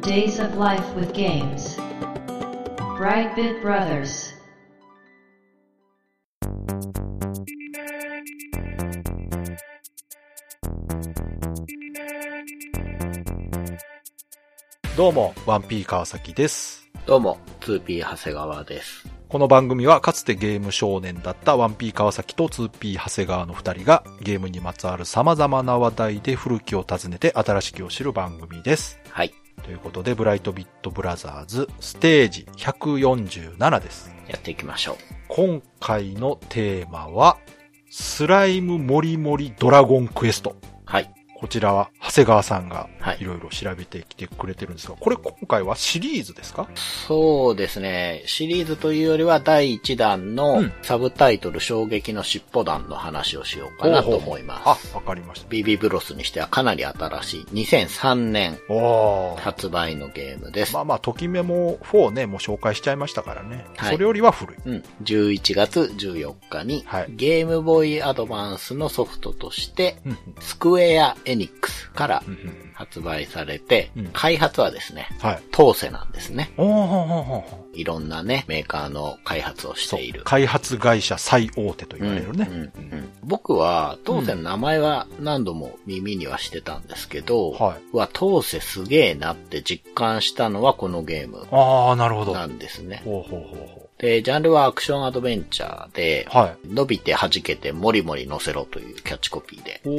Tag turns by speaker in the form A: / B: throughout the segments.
A: Days of Life with Games. Brightbit Brothers.
B: どうも、ワンピー川崎です。
C: どうも、2P 長谷川です。
B: この番組はかつてゲーム少年だったワンピー川崎と 2P 長谷川の二人がゲームにまつわる様々な話題で古きを訪ねて新しきを知る番組です。
C: はい。
B: ということで、ブライトビットブラザーズステージ147です。
C: やっていきましょ
B: 今回のテーマは、スライムモリモリドラゴンクエスト。
C: う。はい。
B: こちらは長谷川さんが
C: はい
B: いろいろ調べてきてくれてるんですが、これ今回はシリーズですか
C: そうですね。シリーズというよりは第1弾
B: う
C: の
B: ん
C: サブタイトル衝撃の尻尾弾の話をしようかなと思います。
B: あ、わかりました。
C: BB ブロスにしてはかなり新しい2003年
B: おー。
C: 発売のゲームです
B: ま。あまあ、ときめも4ね、もう紹介しちゃいましたからね。
C: はい
B: それよりは古い。
C: うん、11月14日に、
B: はい
C: ゲームボーイアドバンスのソフトとして、
B: うん
C: スクエア・エニックスから
B: うんうん
C: 発売されて、
B: うん
C: 開発はですね、
B: はい。
C: 当世なんですね。
B: おーほんほんほんほん
C: いろんなね、メーカーの開発をし
B: そ
C: ている
B: う。。開発会社最大手と言
C: う
B: わ
C: ん
B: れるね。
C: うんうん僕は、当世の名前は何度も耳にはしてたんですけど、
B: はい。
C: は当世すげえなって実感したのはこのゲーム
B: ああ、なるほど。
C: なんですね。
B: ほうほうほうほ
C: で、ジャンルはアクションアドベンチャーで、
B: う。はい。
C: 伸びて弾けてもりもり乗せろというキャッチコピーで、
B: お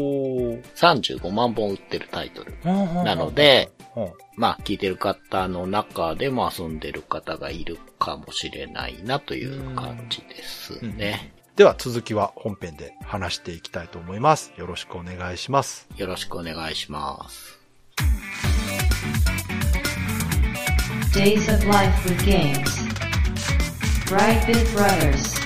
B: ー。
C: 35万本売ってるタイトル。な
B: な
C: の、で、
B: うんうん
C: まあ、聞いてる方の中でも遊んでる方がいるかもしれないなという感じですね。
B: では続きは本編で話していきたいと思います。よろしくお願いします。
C: よろしくお願いします。
A: Days of Life with Games. Brightbit Brothers.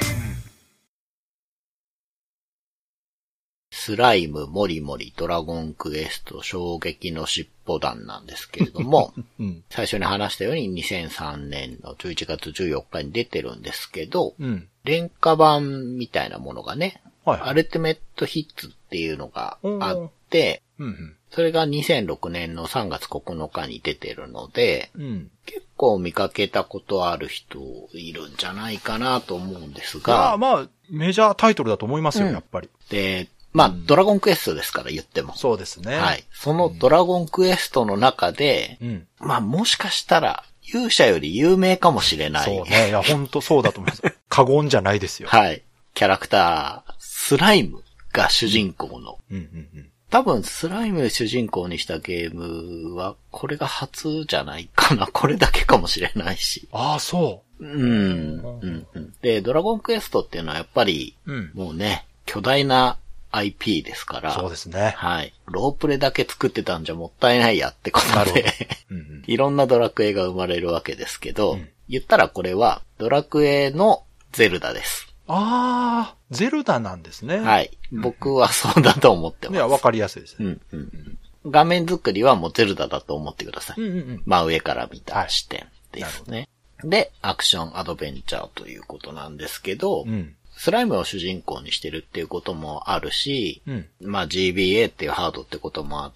C: スライム、モリモリ、ドラゴンクエスト、衝撃の尻尾弾なんですけれども、
B: うん。
C: 最初に話したように2003年の11月14日に出てるんですけど、
B: うん。
C: 廉価版みたいなものがね、
B: はい。
C: アルティメットヒッツっていうのがあって、
B: うん
C: それが2006年の3月9日に出てるので、
B: うん。うん。
C: 結構見かけたことある人いるんじゃないかなと思うんです
B: まあ
C: が、
B: まあ、メジャータイトルだと思いますよ、
C: うん
B: やっぱり。
C: で、まあ、ドラゴンクエストですから言っても。
B: そうですね。
C: はい。。そのドラゴンクエストの中で、
B: うん。
C: まあもしかしたら勇者より有名かもしれない。
B: そうね。いや、本当そうだと思い ます。過言じゃないですよ。
C: はい。キャラクター、スライムが主人公の。
B: うんうんうん。
C: 多分スライムを主人公にしたゲームは、これが初じゃないかな。 これだけかもしれないし。
B: ああ、そ
C: うん。うんうんで、ドラゴンクエストっていうのはやっぱり、
B: う。うん。
C: もうね、巨大な IP ですから。
B: そうですね。
C: はい。ロープレだけ作ってたんじゃもったいないやってこ
B: なるほ
C: と
B: ど
C: で、
B: うんうん。
C: いろんなドラクエが生まれるわけですけど、
B: うん
C: 言ったらこれはドラクエのゼルダです。
B: ああ、ゼルダなんですね。。
C: はいい。僕はそうだと思って
B: い
C: ます。
B: や、わかりやすいです
C: う
B: ね。
C: んうんうん画面作りはもうゼルダだと思ってください。
B: うんうんうん。
C: 真上から見た視点ですね。で、アクションアドベンチャーということなんですけ
B: う
C: ど、
B: ん。
C: スライムを主人公にしてるっていうこともあるし、
B: うん。
C: まあ GBA っていうハードってこともあって、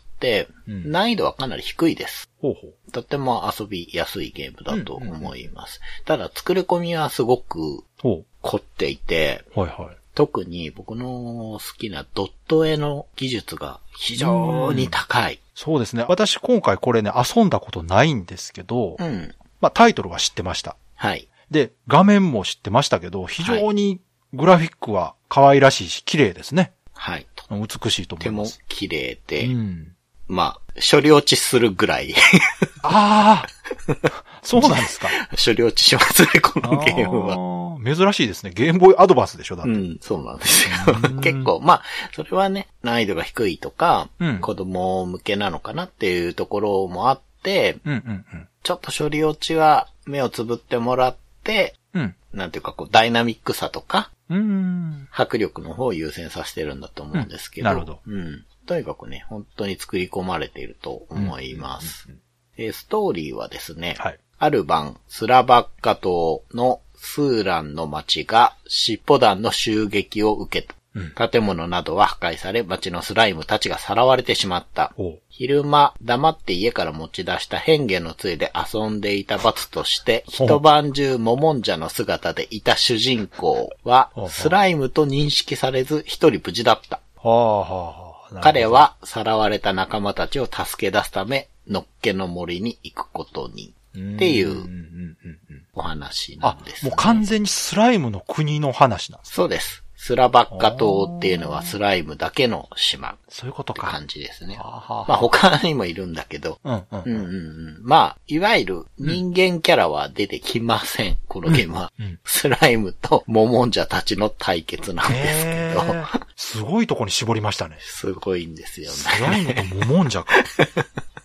B: うん
C: 難易度はかなり低いです。
B: ほうほう。
C: とっても遊びやすいゲームだと思います。ただ作り込みはすごく
B: ほ
C: 凝っていて、
B: う。はいはい。
C: 特に僕の好きなドット絵の技術が非常に高い。
B: そうですね。私今回これね、遊んだことないんですけど、
C: うん。
B: まあタイトルは知ってました。
C: はい。
B: で、画面も知ってましたけど、非常にグラフィックは可愛らしいし、綺麗ですね。
C: はい。とっ
B: 美しいと思
C: て
B: いま
C: も
B: す。
C: 綺麗で、
B: うん。
C: まあ、処理落ちするぐらい、
B: ああ、そうなんですか。
C: 処理落ちしますね、このゲームは。
B: あー珍しいですね。ゲームボーイアドバンスでしょ、だっ
C: う
B: て。
C: ん、そうなんですよ
B: うん。
C: 結構、まあ、それはね、難易度が低いとか、
B: うん
C: 子供向けなのかなっていうところもあって、
B: うん、うん、うん。
C: ちょっと処理落ちは目をつぶってもらって、
B: うん。
C: なんていうかこう、ダイナミックさとか、
B: うーん。
C: 迫力の方を優先させてるんだと思うんですけど。
B: うんなるほど
C: うん。とにかくね、本当に作り込まれていると思います。でストーリーはですね、
B: はい。
C: ある晩、スラバッカ島のスーランの町が尻尾団の襲撃を受け
B: うん。
C: 建物などは破壊され、町のスライムたちがさらわれてしまった。
B: おう。
C: 昼間、黙って家から持ち出した変化の杖で遊んでいた罰として、一晩中モモンジャの姿でいた主人公は
B: ほうほ、う
C: スライムと認識されず一人無事だった。
B: はあはあはあ。
C: 彼
B: は。
C: は、さらわれた仲間たちを助け出すため、のっけの森に行くことに、ってい
B: うんうん
C: う
B: うんうん。
C: お話な
B: あ
C: んで、す、
B: もう完全にスライムの国の話なんです。
C: そうです。スラバッカ島っていうのはスライムだけの島って
B: そういうことか。
C: 感じですね。
B: はあ
C: ま
B: はあ
C: あ他にもいるんだけど、
B: うんうん
C: うんうんうん。まあ、いわゆる人間キャラは出てきません。このゲームは。
B: うん
C: スライムとモモンジャたちの対決なんですけ
B: へ
C: ど、
B: ーすごいとこに絞りましたね。
C: すごいんですよね。
B: スライムとモモンジ ャか。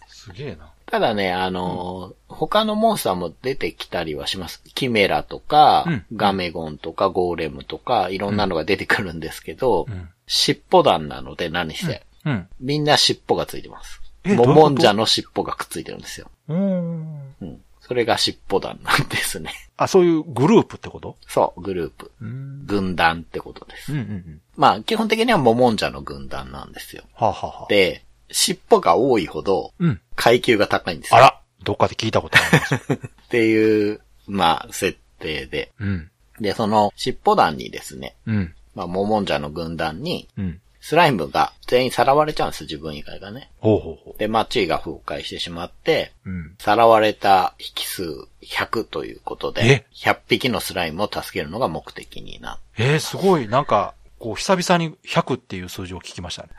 B: すげえな。
C: ただね、あのー他のモンスターも出てきたりはします。キメラとか、
B: うん
C: ガメゴンとか、ゴーレムとか、いろんなのが出てくるんですけど、
B: ん
C: 尻尾弾なので何して、
B: うん。
C: みんな尻尾がついてます。
B: え
C: モ
B: どういうこ
C: モ
B: と
C: ンジャの尻尾がくっついてるんですよ。
B: うーん。
C: うん。それが尻尾弾なんですね。
B: あ、そういうグループってこと
C: そう、グループ。
B: うーん。
C: 軍団ってことです。
B: うんうんうん。
C: まあ、基本的にはモモンジャの軍団なんですよ。
B: はあ、はあはあ、
C: で、尻尾が多いほど
B: うん。
C: 階級が高いんですよ。
B: あらどっかで聞いたことあります。
C: っていう、まあ、設定で。
B: うん。
C: で、その尻尾団にですね、
B: うん。
C: まあ、モモンジャの軍団に、
B: うん。
C: スライムが全員さらわれちゃうんです、自分以外がね。
B: ほうほうほ
C: で、まあ、地位が崩壊してしまって、
B: う。うん。
C: さらわれた匹数100ということで
B: え、
C: 100匹のスライムを助けるのが目的になっ
B: えー、すごい。なんか、こう、久々に100っていう数字を聞きました ね。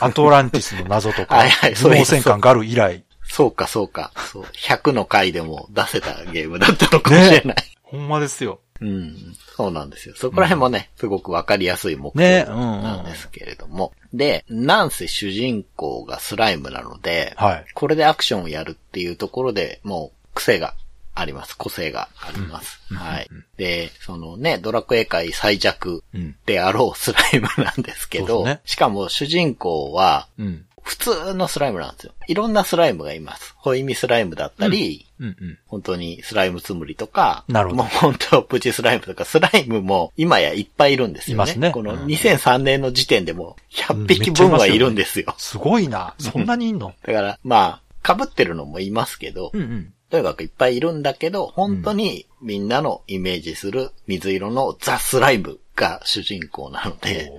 B: アトランティスの謎とか
C: はいはい、そう
B: 頭
C: です
B: 脳戦艦ガル以来。
C: そうか、そうか。そう。100の回でも出せたゲームだったのかもしれない。
B: ほんまですよ。
C: うん。そうなんですよ。そこら辺もね、すごくわかりやすい目
B: ね
C: 標
B: うんうん
C: なんですけれども。で、なんせ主人公がスライムなので、
B: はい
C: これでアクションをやるっていうところでもう癖があります。個性があります。はい。で、そのね、ドラクエ界最弱
B: うん。
C: であろうスライムなんですけ
B: そう
C: ど、
B: ですね
C: しかも主人公は、
B: うん。
C: 普通のスライムなんですよ。いろんなスライムがいます。ホイミスライムだったり、
B: うんうん。
C: 本当にスライムつむりとか、
B: なるほど
C: もう本当プチスライムとか、スライムも今やいっぱいいるんですよね。
B: いますね
C: この
B: うん
C: 2003年の時点でも
B: うんめ
C: 100
B: っちゃ
C: 匹
B: いますよ
C: 分
B: ね
C: はいるんですよ。
B: すごいな。そんなにいんの
C: だから、まあ、被ってるのもいますけど、
B: うんうん。
C: とにかくいっぱいいるんだけど、本当にみんなのイメージする水色のザ・スライムが主人公なので、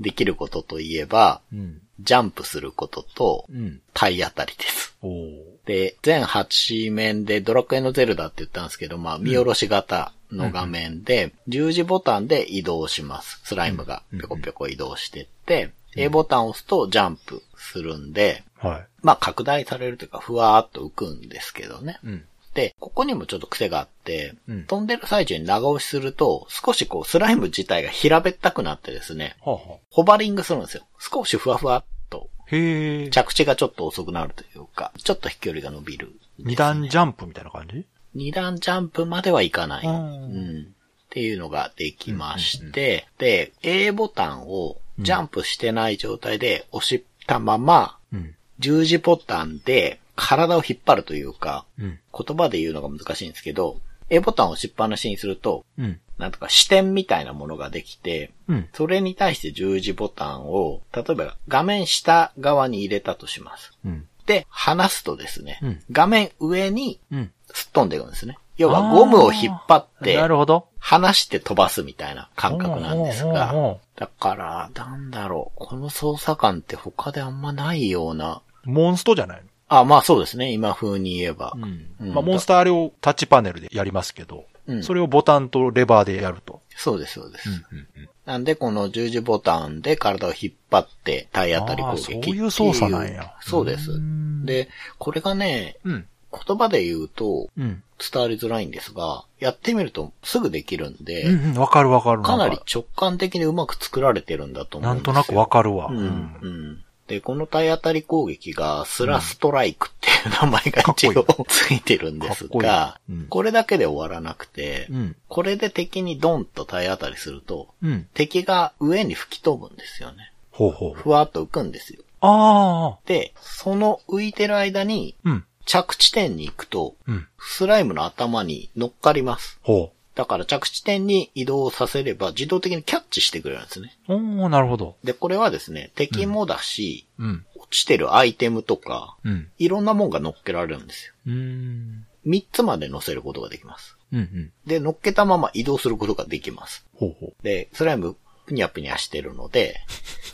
C: できることといえば、
B: うん。
C: ジャンプすることと
B: うん。
C: 体当たりです。
B: おー
C: で、全8面でドラクエのゼルダって言ったんですけど、まあ、見下ろし型の画面で、十字ボタンで移動します。スライムが
B: うん
C: ぴょこぴょこ移動してって、A ボタンを押すとジャンプするんで、
B: はい。
C: まあ、拡大されるというか、ふわーっと浮くんですけどね。
B: うん。
C: で、ここにもちょっと癖があって、
B: うん
C: 飛んでる最中に長押しすると、少しこう、スライム自体が平べったくなってですね、
B: はあ、は
C: ホバリングするんですよ。少しふわふわっと、
B: あ、へえ。
C: 着地がちょっと遅くなるというか、ちょっと飛距離が伸びる
B: 二段ジャンプみたいな感じ
C: 二段ジャンプまではいかない。う
B: うん
C: ん。っていうのができまして、で、A ボタンをジャンプしてない状態で押したまま、
B: うん。
C: 十字ボタンで体を引っ張るというか、
B: うん。
C: 言葉で言うのが難しいんですけど、A ボタンを押しっぱなしにすると、
B: うん。
C: なんとか視点みたいなものができて、
B: うん。
C: それに対して十字ボタンを、例えば画面下側に入れたとします。
B: うん。
C: で、離すとですね、
B: うん
C: 画面上に
B: うん。
C: すっ飛んでいくんですね。要はゴムを引っ張って
B: な、るほど。
C: 離して飛ばすみたいな感覚なんです
B: ほうほう
C: が
B: ほ、
C: だから、なんだろう、この操作感って他であんまないような、
B: モンストじゃない
C: あ、まあそうですね、今風に言えば。
B: のうん。
C: うん
B: まあ、モンスターあれをタッチパネルでやりますけど、
C: うん
B: それをボタンとレバーでやると。
C: そうです、そうです。
B: うん。うん。
C: なんで、この十字ボタンで体を引っ張って体当たり攻撃っていう。
B: あーそういう操作なんや
C: そうです
B: う。ん
C: で、これがね、
B: うん。
C: 言葉で言うと
B: うん。
C: 伝わりづらいんですが、やってみるとすぐできるんで、
B: うんうん。わかるわかる。
C: かなり直感的にうまく作られてるんだと思
B: な
C: うん
B: ん
C: ですよ。
B: となくわかるわ。
C: うん、うん。で、この体当たり攻撃が、スラストライクっていう名前が
B: かっこ
C: 一
B: いい
C: 応ついてるんです
B: か
C: が
B: っ、こいいうん
C: これだけで終わらなくて、
B: うん。
C: これで敵にドンと体当たりすると、
B: うん。
C: 敵が上に吹き飛ぶんですよね。
B: ほうほう。
C: ふわっと浮くんですよ。
B: ああ。
C: で、その浮いてる間に、
B: うん。
C: 着地点に行くと、
B: うん。
C: スライムの頭に乗っかります。
B: ほ
C: だから着地点に移動させれば自動的にキャッチしてくれるんですね。
B: おー、なるほど。
C: で、これはですね、敵もだし、
B: うん。
C: 落ちてるアイテムとか、
B: うん。
C: いろんなもんが乗っけられるんですよ。
B: うーん。
C: 3つまで乗せることができます。
B: うんうん。
C: で、乗っけたまま移動することができます。
B: ほうほう。
C: で、スライム、ぷにゃぷにゃしてる ので、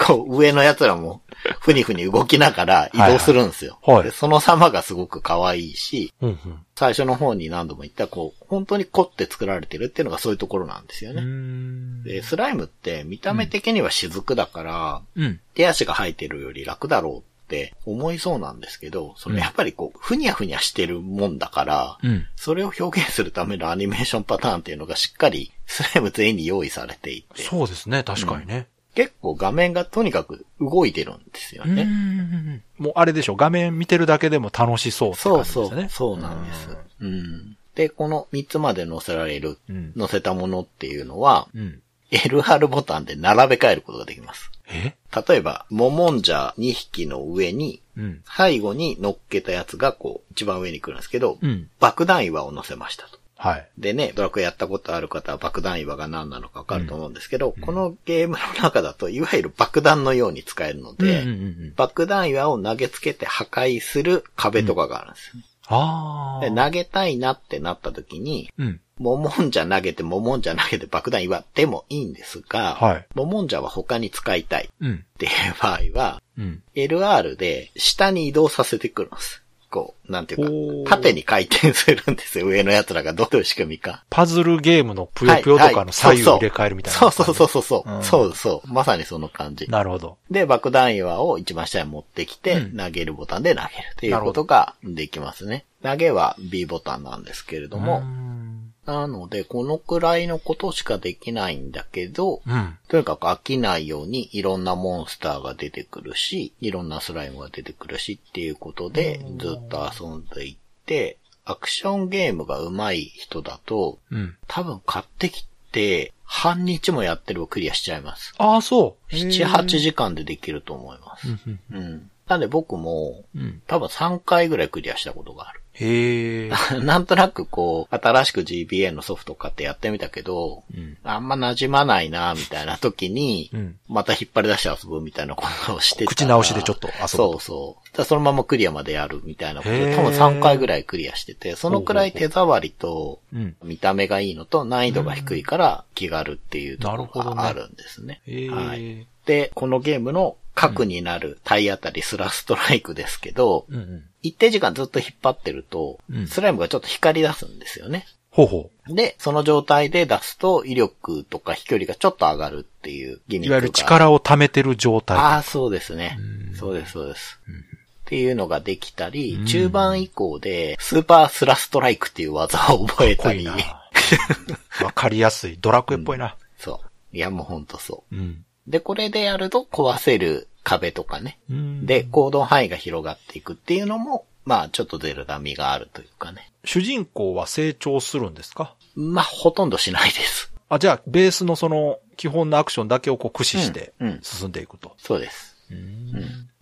C: こう、上の奴らも、ふにふに動きながら移動するんですよ。
B: はいはいはい
C: でその様がすごく可愛いし、
B: うんうん。
C: 最初の方に何度も言った、こう、本当に凝って作られてるっていうのがそういうところなんですよ
B: うー
C: ね。
B: ん。
C: で、スライムって見た目的には雫だから、
B: うん。
C: 手足が生えてるより楽だろうって思いそうなんですけど、そのやっぱりこう、ふにゃふにゃしてるもんだから、
B: うん。
C: それを表現するためのアニメーションパターンっていうのがしっかりスライム全員に用意されていて、
B: そうですね、確かにね。
C: 結構画面がとにかく動いてるんですよ
B: うんうんうん
C: ね。
B: うん。もうあれでしょ、画面見てるだけでも楽しそうって
C: そ
B: 感
C: う
B: じ
C: そ
B: です
C: う
B: ね。、
C: そうなんです。うん。で、この3つまで載せられる、
B: うん
C: 載せたものっていうのは、
B: うん。うん。
C: LR ボタンで並べ替えることができます。
B: え
C: 例えば、モモンジャ2匹の上に、
B: うん。
C: 最後に乗っけたやつがこう、一番上に来るんですけど、
B: うん。
C: 爆弾岩を乗せましたと。
B: はい。
C: でね、ドラクエやったことある方は爆弾岩が何なのかわかると思うんですけど、このゲームの中だといわゆる爆弾のように使えるので、
B: うんうんうんうん。
C: 爆弾岩を投げつけて破壊する壁とかがあるんですよね、
B: あ
C: で
B: あ。
C: 投げたいなってなった時に、
B: うん。
C: モモンジャ投げて、モモンジャ投げて爆弾岩でもいいんですが、
B: はい
C: モモンジャは他に使いたいっ
B: うん。
C: ていう場合は、
B: うん。
C: LR で下に移動させてくるんです。こう、なんていう
B: おー
C: か、縦に回転するんですよ。上の奴らがどういう仕組みか。
B: パズルゲームのぷよぷよとかの左右入れ替えるみたいな、
C: そうそうそうそうそうう。
B: ん
C: そうそう。まさにその感じ。
B: なるほど。
C: で、爆弾岩を一番下に持ってきて、
B: うん
C: 投げるボタンで投げるっていうことができますね。投げは B ボタンなんですけれど
B: うー
C: も、
B: ん
C: なので、このくらいのことしかできないんだけど、
B: うん。
C: とにかく飽きないようにいろんなモンスターが出てくるし、いろんなスライムが出てくるしっていうことでずっと遊んでいって、アクションゲームが上手い人だと、
B: うん。
C: 多分買ってきて半日もやってればクリアしちゃいます。
B: ああ、そう。
C: 7、8時間でできると思います
B: う。ん。
C: うん。なんで僕も
B: うん。
C: 多分3回ぐらいクリアしたことがある。
B: へえ。
C: なんとなくこう、新しく GBA のソフト買ってやってみたけど、
B: うん。
C: あんま馴染まないな、みたいな時に、
B: うん。
C: また引っ張り出して遊ぶみたいなことをしてたら
B: 口直しでちょっと遊ぶ
C: そうそう。だからそのままクリアまでやるみたいなこと
B: へー
C: で、多分3回ぐらいクリアしてて、そのくらい手触りと
B: うん。
C: 見た目がいいのと難易度が低いから気軽っていうところがあるんですね。
B: へえ。
C: はい、で、このゲームの核になる体当たりスラストライクですけど、
B: うんうん。
C: 一定時間ずっと引っ張ってると
B: うん、
C: スライムがちょっと光り出すんですよね。
B: ほうほ
C: で、その状態で出すと威力とか飛距離がちょっと上がるっていうギ
B: う。
C: ミ
B: い
C: ックが
B: わゆる力を貯めてる状態。
C: ああ、そうですね。そうです、そうです。っていうのができたり、中盤以降で、スーパースラストライクっていう技を覚え
B: 濃
C: た
B: い
C: り
B: な。、 わかりやすい。ドラクエっぽいな。
C: そう。いや、もうほんとそ
B: うん。
C: う。で、これでやると壊せる壁とかね。
B: うん
C: で、行動範囲が広がっていくっていうのも、まあ、ちょっとゼルダ味があるというかね。
B: 主人公は成長するんですか
C: まあ、ほとんどしないです。
B: あ、じゃあ、ベースのその、基本のアクションだけをこう駆使して
C: うんう、ん
B: 進んでいくと。
C: そうです。
B: うん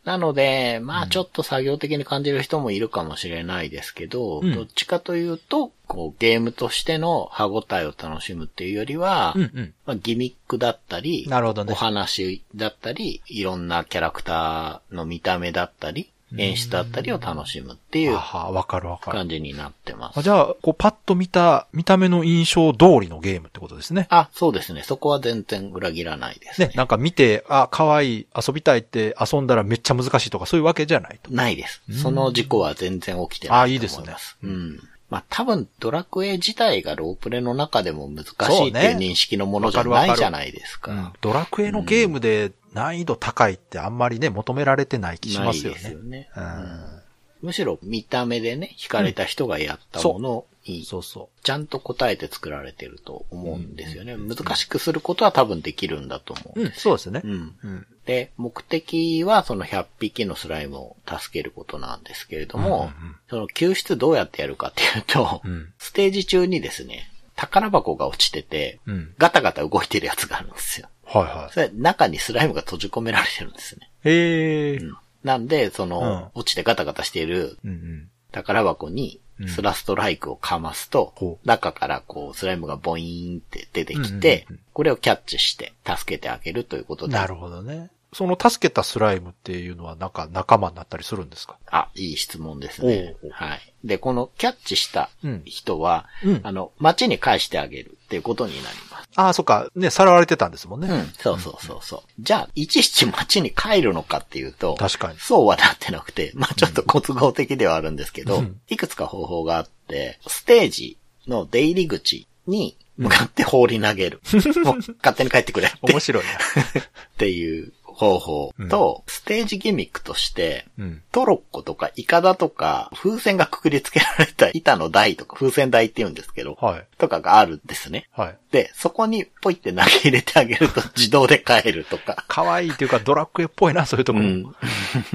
C: なので、まあちょっと作業的に感じる人もいるかもしれないですけど、
B: うん
C: どっちかというと、こうゲームとしての歯応えを楽しむっていうよりは、
B: うんうん。
C: まあ、ギミックだったり、
B: なるほどね
C: お話だったり、いろんなキャラクターの見た目だったり、演出だったりを楽しむっていう
B: ああ、わかるわかる。
C: 感じになってます
B: あ。じゃあ、こう、パッと見た、見た目の印象通りのゲームってことですね。
C: あ、そうですね。そこは全然裏切らないですね。
B: ね、なんか見て、あ、可愛い、遊びたいって遊んだらめっちゃ難しいとか、そういうわけじゃないと。
C: ないです。その事故は全然起きてないと思いま
B: あいい
C: す。
B: ですね
C: うん。まあ多分ドラクエ自体がロープレの中でも難し
B: そ
C: いうって
B: ね
C: いう認識のものじゃ
B: わかるわか
C: ない
B: る
C: じゃないですか。
B: うんドラクエのゲームで難易度高いってあんまりね、求められてない気し
C: な
B: ま
C: い
B: すよ
C: です
B: ね
C: よ。ね。
B: うん
C: むしろ見た目でね、惹かれた人がやったものに、
B: そうそ
C: ちゃんと答えて作られてると思うんですよね。難しくすることは多分できるんだと思
B: う。うん、そうですね
C: う。。うん。
B: うん。
C: で、目的はその100匹のスライムを助けることなんですけれども、
B: うんうんうん
C: その救出どうやってやるかっていうと、
B: うん
C: ステージ中にですね、宝箱が落ちてて、
B: うん
C: ガタガタ動いてるやつがあるんですよ。
B: はいはい。
C: それ中にスライムが閉じ込められてるんですね。
B: へえ。
C: なんで、その、落ちてガタガタしている
B: うんうん。
C: 宝箱に
B: うん
C: スラストライクをかますと、
B: ほう
C: 中からこうスライムがボイーンって出てきて、
B: うんうんうん
C: これをキャッチして助けてあげるということで、
B: なるほどね。その助けたスライムっていうのはなんか仲間になったりするんですか
C: あ、いい質問ですね
B: おうおう。
C: はい。で、このキャッチした人は、
B: うん
C: あの、町に返してあげるっていうことになります。
B: ああ、そっか。ね、さらわれてたんですもんね。
C: うん、 そうそうそうそう。じゃあ、いちいち町に帰るのかっていうと、
B: 確かに
C: そうはなってなくて、まあちょっとご都合的ではあるんですけど、
B: うん
C: いくつか方法があって、ステージの出入り口に向かって放り投げる。 もう勝手に帰ってくれって
B: 面白い
C: っていう方法と、ステージギミックとして、
B: な。うん。
C: トロッコとかイカダとか、風船がくくりつけられた板の台とか、風船台って言うんですけど、
B: はい。
C: とかがあるんですね。
B: はい。
C: で、そこにポイって投げ入れてあげる と自動で帰るとか、
B: 可愛いというかドラクエっぽいな、そういうとこ
C: う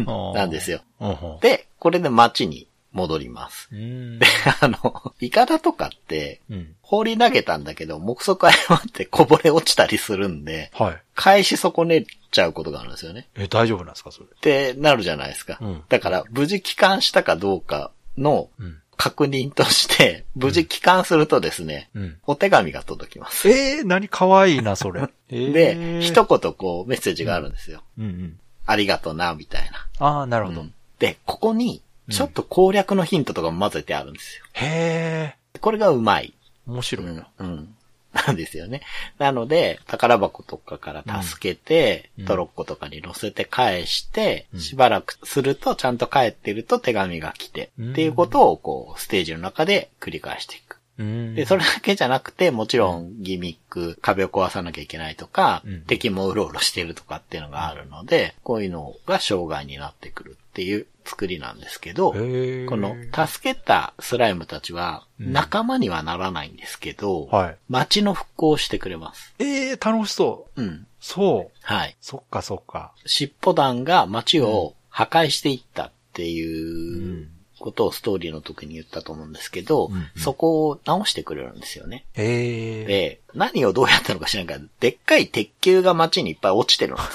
B: ろ。
C: ん、なんです
B: よ。
C: よ。
B: うんうん
C: で、これで街に戻ります。
B: うん
C: あの、イカダとかって、
B: うん。
C: 放り投げたんだけど、目測誤ってこぼれ落ちたりするんで、
B: はい。
C: 返し損ねちゃうことがあるんですよね。
B: え、大丈夫なんですか、それ
C: っ。てなるじゃないですか。
B: うん
C: だから、無事帰還したかどうかの
B: うん。
C: 確認として、無事帰還するとですね、
B: うん。
C: お手紙が届きます。
B: えー、何可愛いな、 それ。えー
C: で、一。言こうメッセージがあるんですよ。
B: うんうん。
C: ありがとうな、みたいな。
B: ああ、なるほど。
C: で、ここに、ちょっと攻略のヒントとかも混ぜてあるんですよ。
B: へえ、
C: これがうまい。
B: 面白
C: う
B: い
C: ん
B: な。、
C: うん。なんですよね。なので、宝箱とかから助けて、
B: うん
C: トロッコとかに乗せて返して、
B: うん
C: しばらくすると、ちゃんと帰ってると手紙が来て、
B: うん
C: っていうことを、こう、ステージの中で繰り返していく。
B: うん。
C: で、それだけじゃなくて、もちろんギミック、壁を壊さなきゃいけないとか、
B: うん
C: 敵もうろうろしてるとかっていうのがあるので、こういうのが障害になってくるっていう作りなんですけど、
B: へー
C: この助けたスライムたちは
B: うん
C: 仲間にはならないんですけど、
B: はい。
C: 街の復興をしてくれます。
B: ええ楽しそう。
C: うん。
B: そう。
C: はい。
B: そっかそっか。
C: 尻尾団が街を破壊していったっていううんことをストーリーの時に言ったと思うんですけど、
B: うんうん
C: そこを直してくれるんですよね。
B: へえ。
C: で、何をどうやったのか知らんから、でっかい鉄球が街にいっぱい落ち てるんですよ。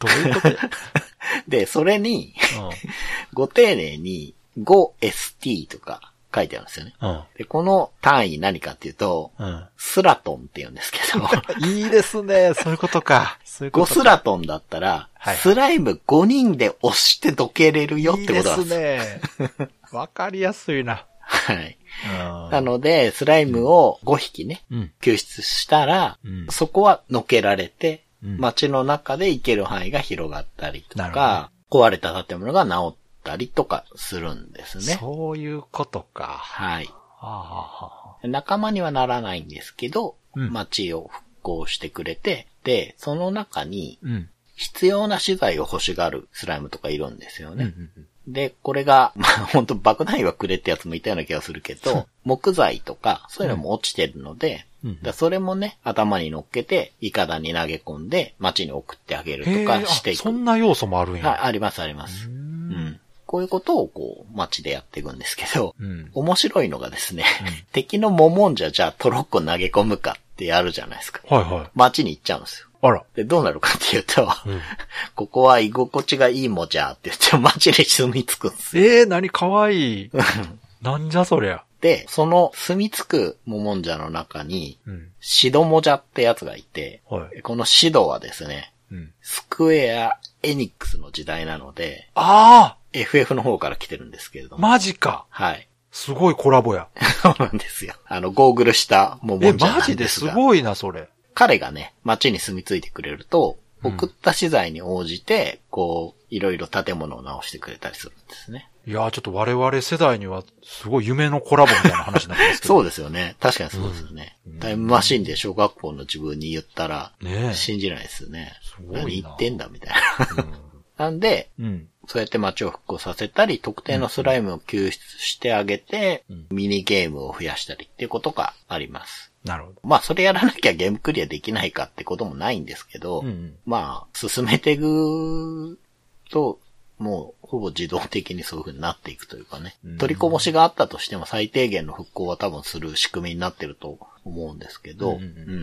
B: どういう ことや
C: で、それに、
B: う
C: ご丁寧に 5ST とか書いてあるんですよね。
B: ん。
C: で、この単位何かっていうと、
B: うん。
C: スラトンって言うんですけ ど、
B: うん。いいですね。そういうことか。そういうこ
C: 5
B: と
C: スラトンだったら、
B: はい
C: スライム5人で押してどけれるよってことなん
B: い
C: で
B: い
C: す。
B: ですね。わかりやすいな。
C: はい。
B: あ
C: なので、スライムを5匹ね、
B: うん。
C: 救出したら、
B: うん
C: そこはのけられて、
B: うん
C: 街の中で行ける範囲が広がったりと
B: なるほ
C: か、壊れた建物が治ったりとかするんですね。
B: そういうことか。
C: はい。
B: あ
C: 仲間にはならないんですけど、
B: うん
C: 街を復興してくれて、で、その中に
B: ーうん。
C: 必要な資材を欲しがるスライムとかいるんです
B: う
C: よ
B: んう
C: ね。
B: んうん。
C: で、これが、 まあ本当爆弾はくれってやつもいたような気がするけど、木材とか、そういうのも落ちてるので、
B: うん
C: だからそれもね、頭に乗っけて、イカダに投げ込んで、街に送ってあげる
B: へ
C: と
B: え
C: かしていく。
B: そんな要素もあるんや。
C: はい、ありますあります。
B: う。
C: うんん。こういうことをこう、街でやっていくんですけど、
B: うん。
C: 面白いのがですね、 敵のモモンじゃじゃあトロッコ投げ込むかってやるじゃないですか。
B: はいはい。
C: 街に行っちゃうんですよ。
B: あら。
C: で、どうなるかっていうと、
B: うん。
C: ここは居心地がいいもじゃって言って街に住み着くんですよ
B: ええー、何かわいい。なんじゃそりゃ。
C: で、その住み着くモモンジャの中に、
B: うん。
C: シドモジャってやつがいて、
B: はい。
C: このシドはですね、
B: うん。
C: スクエア・エニックスの時代なので、
B: あ
C: FF の方から来てるんですけれど
B: あ
C: も。
B: マジか
C: はい。
B: すごいコラボや。
C: そうなんですよ。あの、ゴーグルしたモモ
B: え、
C: ンジャ
B: マ
C: な
B: ジ
C: んで
B: ですす
C: が。
B: ごいな、それ。
C: 彼がね、街に住み着いてくれると、
B: うん
C: 送った資材に応じて、こう、いろいろ建物を直してくれたりするんですね。
B: いやー、ちょっと我々世代には、すごい夢のコラボみたいな話になって ますけど。
C: そうですよね。確かにそうですよね。タイムマシンで小学校の自分に言ったら、
B: ねえ。
C: 信じないですよね。
B: ごいな
C: 何言ってんだみたいな。 なんで、
B: うん。
C: そうやって街を復興させたり、特定のスライムを救出してあげて、
B: うん
C: ミニゲームを増やしたりっていうことがあります。
B: なるほど。
C: まあ、それやらなきゃゲームクリアできないかってこともないんですけど、
B: うんうん
C: まあ、進めていくと、もう、ほぼ自動的にそういう風になっていくというかね
B: うん。
C: 取りこぼしがあったとしても最低限の復興は多分する仕組みになってると思うんですけど、
B: うんうんうん
C: うんうんう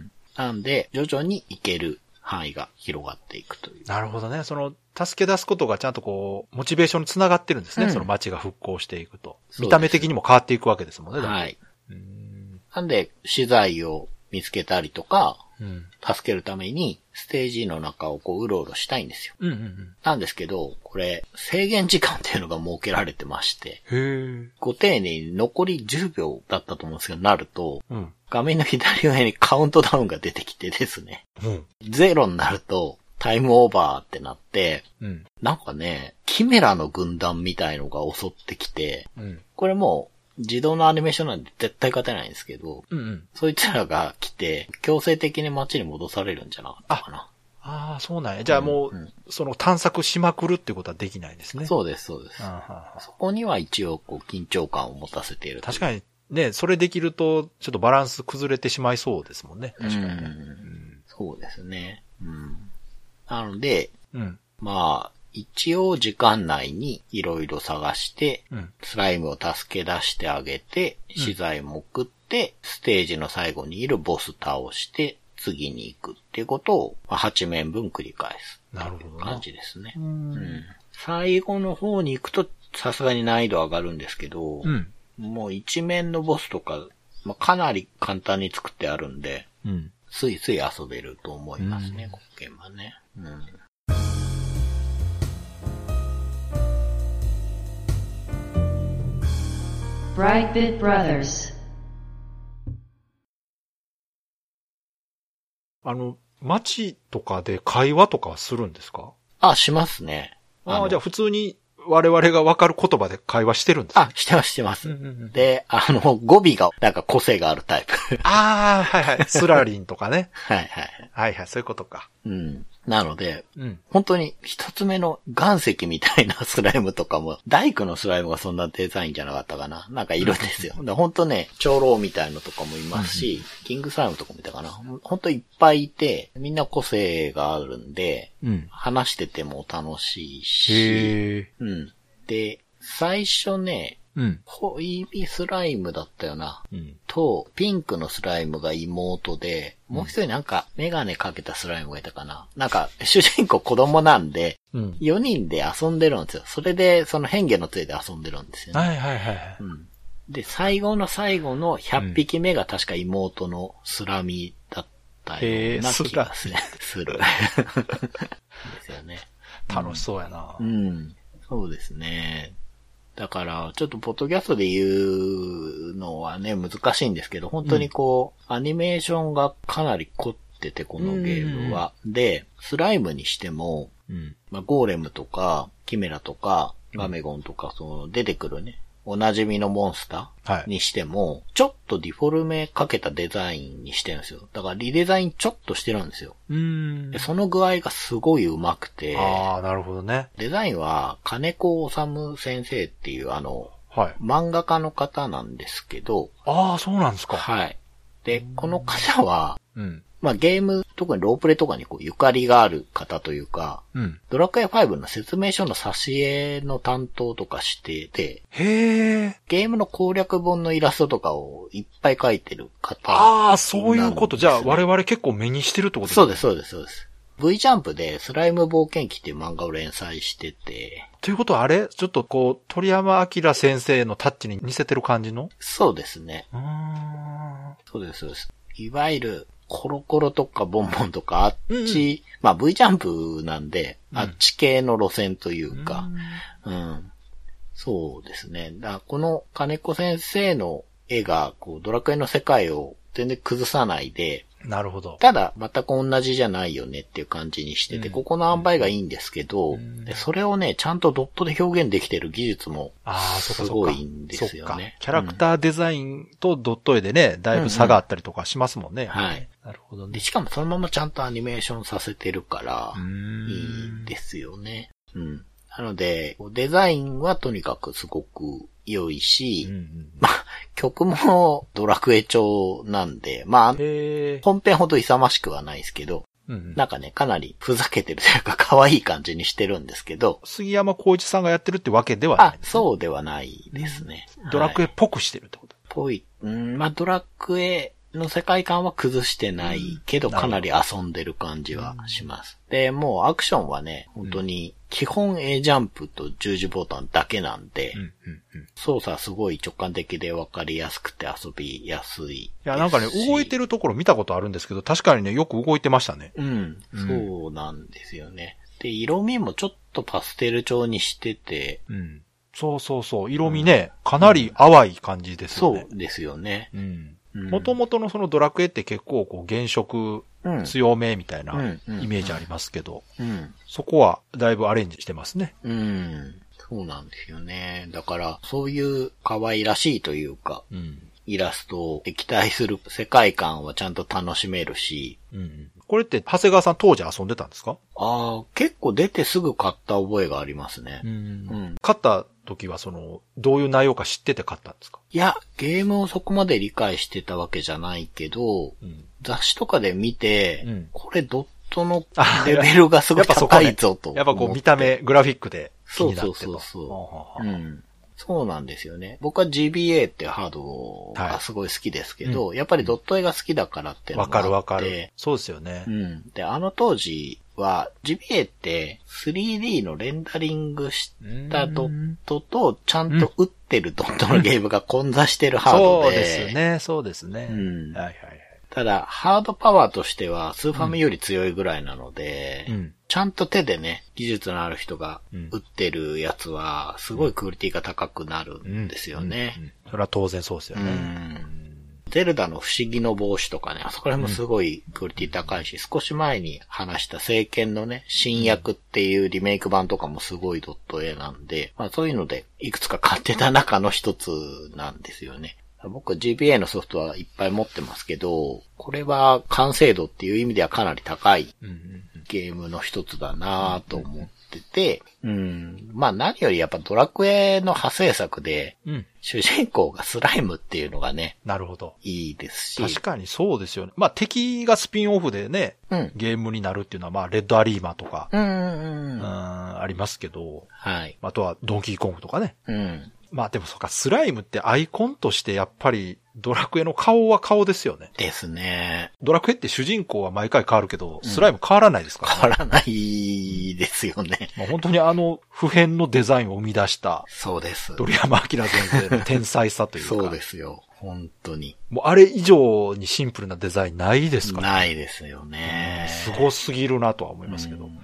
C: んなんで、徐々にいける範囲が広がっていくという。
B: なるほどね。その、助け出すことがちゃんとこう、モチベーションにつながってるんですね。
C: うん
B: その街が復興していくと。
C: そうです
B: 見た目的にも変わっていくわけですもんね。だから
C: はい。
B: うん。
C: なんで、資材を見つけたりとか、
B: うん。
C: 助けるために、ステージの中をこう、うろうろしたいんですよ。
B: うんうんうん。
C: なんですけど、これ、制限時間っていうのが設けられてまし
B: へ
C: て、
B: え。
C: ご丁寧に残り10秒だったと思うんですけど、なると、
B: うん。
C: 画面の左上にカウントダウンが出てきてですね、
B: うん。
C: ゼロになると、タイムオーバーってなって、
B: うん。
C: なんかね、キメラの軍団みたいのが襲ってきて、
B: うん。
C: これもう自動のアニメーションなんで絶対勝てないんですけど、
B: うんうん。
C: そいつらが来て、強制的に街に戻されるんじゃなかったかな。
B: ああ、そうなんや。じゃあもう、
C: うん
B: その探索しまくるってことはできないですね。う。
C: そうです、そうです。
B: あ
C: そこには一応、こう、緊張感を持たせている
B: ー確かにね、それできると、ちょっとバランス崩れてしまいそうですもんね。確かにね。
C: うんそうですね。うん。なので、
B: うん。
C: まあ、一応時間内にいろいろ探して、
B: うん。
C: スライムを助け出してあげて、
B: うん
C: 資材も送って、ステージの最後にいるボス倒して、次に行くっていうことを、まあ、8面分繰り返す。
B: なるほどな
C: 感。じですね
B: う。。
C: うんん。最後の方に行くと、さすがに難易度上がるんですけど、
B: うん。
C: もう一面のボスとか、まあ、かなり簡単に作ってあるんで、
B: うん。
C: すいすい遊べると思いますね、
B: うん
C: このゲームはね。うん。
A: Brightbit Brothers.
B: あの、街とかで会話とかはするんですか
C: あ、しますね。
B: あ
C: の
B: あ、じゃあ普通に我々がわかる言葉で会話してるんですか
C: あ、してます、してます。
B: うんうんうん
C: で、あの、語尾が、なんか個性があるタイプ。
B: ああ、はいはい。スラリンとか ね。
C: はいはいはい。
B: はいはい、そういうことか。
C: うん。なので、
B: うん。
C: 本当に一つ目の岩石みたいな スライムとかも、大工のスライムがそんなデザインじゃなかったかな。なんか色ですよ。で本当ね、長老みたいのとかもいますし、キングスライムとかもいたかな。本当いっぱいいて、みんな個性があるんで、
B: うん。
C: 話してても楽しいし、
B: へえ。
C: うん。で、最初ね、
B: うん。
C: ホイビスライムだったよな。
B: うん。
C: と、ピンクのスライムが妹で、もう一人なんかメガネかけたスライムがいたかな。なんか、主人公子供なんで、
B: うん。
C: 4人で遊んでるんですよ。それで、その変化の杖で遊んでるんですよね。
B: はいはいはい。
C: うん。で、最後の最後の100匹目が確か妹のスラミだったような気がする。 するですよね。
B: 楽しそうやな
C: う。ん。そうですね。だから、ちょっとポッドキャストで言うのはね、難しいんですけど、本当にこう、アニメーションがかなり凝ってて、このゲームは。で、スライムにしても、
B: うん。
C: まあ、ゴーレムとか、キメラとか、ガメゴンとか、その、出てくるね、おなじみのモンスタ
B: は
C: ー
B: い。
C: にしても、ちょっとディフォルメかけたデザインにしてるんですよ。だからリデザインちょっとしてるんですよ。
B: うん
C: でその具合がすごい上手くて、
B: ああ、なるほどね。
C: デザインは金子治先生っていうあの、
B: はい。
C: 漫画家の方なんですけど、
B: ああ、そうなんですか。
C: はい。で、この方は、
B: うん。
C: まあゲーム、特にロープレとかにこうゆかりがある方というか、
B: うん。
C: ドラクエ5の説明書の挿絵の担当とかしてて、
B: へえ。
C: ゲームの攻略本のイラストとかをいっぱい描いてる方。
B: ああ、そういうこと。じゃあ
C: なんですね
B: 我々結構目にしてるってこと
C: そう
B: で
C: です、そうです、そうです。V ジャンプでスライム冒険記っていう漫画を連載してて、
B: す。ということはあれちょっとこう、鳥山明先生のタッチに似せてる感じの
C: そうですね。
B: うーん。
C: そうです、そうです。いわゆる、コロコロとかボンボンとか、あっち、
B: うんうん
C: まあ V ジャンプなんで、
B: うん
C: あっち系の路線というか、うん。そうですね。だからこの金子先生の絵が、こう、ドラクエの世界を全然崩さないで、
B: なるほど。
C: ただ、全く同じじゃないよねっていう感じにしてて、
B: うん
C: ここの塩梅がいいんですけど、
B: うん
C: でそれをね、ちゃんとドットで表現できてる技術も、
B: ああ、そっかそっか。
C: すごいんですよ
B: そっ
C: ね
B: か
C: うん
B: キャラクターデザインとドット絵でね、だいぶ差があったりとかしますもんね。
C: うんうんはい。
B: なるほど
C: で、
B: ね。
C: しかもそのままちゃんとアニメーションさせてるから、
B: うーん
C: いいですよね。うん。なので、デザインはとにかくすごく良いし、
B: うんうん
C: 曲もドラクエ調なんで、まあ、
B: へえ。
C: 本編ほど勇ましくはないですけど、
B: うんうん
C: なんかね、かなりふざけてるというか可愛い感じにしてるんですけど、
B: 杉山浩一さんがやってるってわけではな
C: あ
B: い、。
C: そうではないですね。
B: ドラクエ
C: はい
B: っぽくしてるってこと。
C: ぽい。うん、まあドラクエの世界観は崩してないけど、
B: なるほ
C: か
B: ど
C: なり遊んでる感じはします。で、もうアクションはね、本当に、基本 A ジャンプと十字ボタンだけなんで、
B: うん、うん、うん。い
C: 操作すごい直感的で分かりやすくて遊びやすい。
B: や、なんかね、動いて
C: る。
B: るところ見たことあるんですけど、確かにね、よく動いてましたね。
C: うん、そうなんですよね。で、色味もちょっとパステル調にしてて、
B: うん。そうそうそう。色味ね、かなり淡い感じですよ
C: そ
B: ね。
C: うですよね。
B: うん。
C: うん
B: もともとのそのドラクエって結構こう原色
C: うん
B: 強めみたいな
C: うんうん
B: イメージありますけど、
C: うん。
B: そこはだいぶアレンジしてますね。
C: うん。そうなんですよね。だから、そういう可愛らしいというか、
B: うん。
C: イラストを敵対する世界観はちゃんと楽しめるし、
B: うん。これって長谷川さん当時遊んでたんですか。
C: ああ、結構出てすぐ買った覚えがありますね。うんん。
B: 買った時はその、どういう内容か知ってて買ったんですか
C: いや、ゲームをそこまで理解してたわけじゃないけ
B: う
C: ど、
B: ん。
C: 雑誌とかで見て、
B: うん
C: これドットの
B: あ
C: レベルがすご
B: や
C: い
B: っぱそこ
C: 高
B: ね
C: いぞと。
B: やっぱこう見た目、グラフィックで気
C: そう
B: になって
C: そう
B: と。
C: そうそう
B: はあはあ
C: うん。そうなんですよね。僕は GBA っていうハードがすごい好きですけど、やっぱりドット絵が好きだからっていうの
B: わ
C: もあ
B: か
C: って。
B: るわかる。そうですよね
C: う。ん。で、あの当時は GBA って 3D のレンダリングしたドットとちゃんと打ってるドットのゲームが混在してるハ
B: そ
C: ード
B: う
C: で。
B: ですね、そうですね。
C: うん
B: はいはい
C: ただ、ハードパワーとしてはスーファミより強いぐらいなので、
B: はい。うん。
C: ちゃんと手でね、技術のある人が
B: うん
C: 打ってるやつは、すごいクオリティが高くなるんですよ
B: うん。う
C: ね。
B: んそれは当然そうですよ
C: う
B: ね。
C: ん。ゼルダの不思議の帽子とかね、あそこら辺もすごいクオリティ高いし、少し前に話した聖剣のね、新薬っていうリメイク版とかもすごいドット絵なんで、まあそういうので、いくつか買ってた中の一つなんですよね。僕 GBA のソフトはいっぱい持ってますけど、これは完成度っていう意味ではかなり高い
B: うんうん
C: ゲームの一つだなぁと思ってて、うん。まあ何よりやっぱドラクエの派生作で、
B: うんうん。
C: 主人公がスライムっていうのがね、
B: なるほど。
C: いいですし。
B: 確かにそうですよね。まあ敵がスピンオフでね、
C: うん。
B: ゲームになるっていうのは、まあレッドアリーマとか、
C: うんうんう
B: うん
C: ん。
B: ありますけど、
C: はい。
B: あとはドンキーコングとかね。
C: うん。
B: まあでもそうか、スライムってアイコンとしてやっぱりドラクエの顔は顔ですよね。
C: ですね。
B: ドラクエって主人公は毎回変わるけど、スライム変わらないですからね、
C: 変わらないですよね。
B: まあ、本当にあの普遍のデザインを生み出した
C: そうです。
B: 鳥山明先生の天才さというか。
C: そうですよ。本当に。
B: もうあれ以上にシンプルなデザインないですから、
C: ないですよね。
B: すごすぎるなとは思いますけど。
C: うん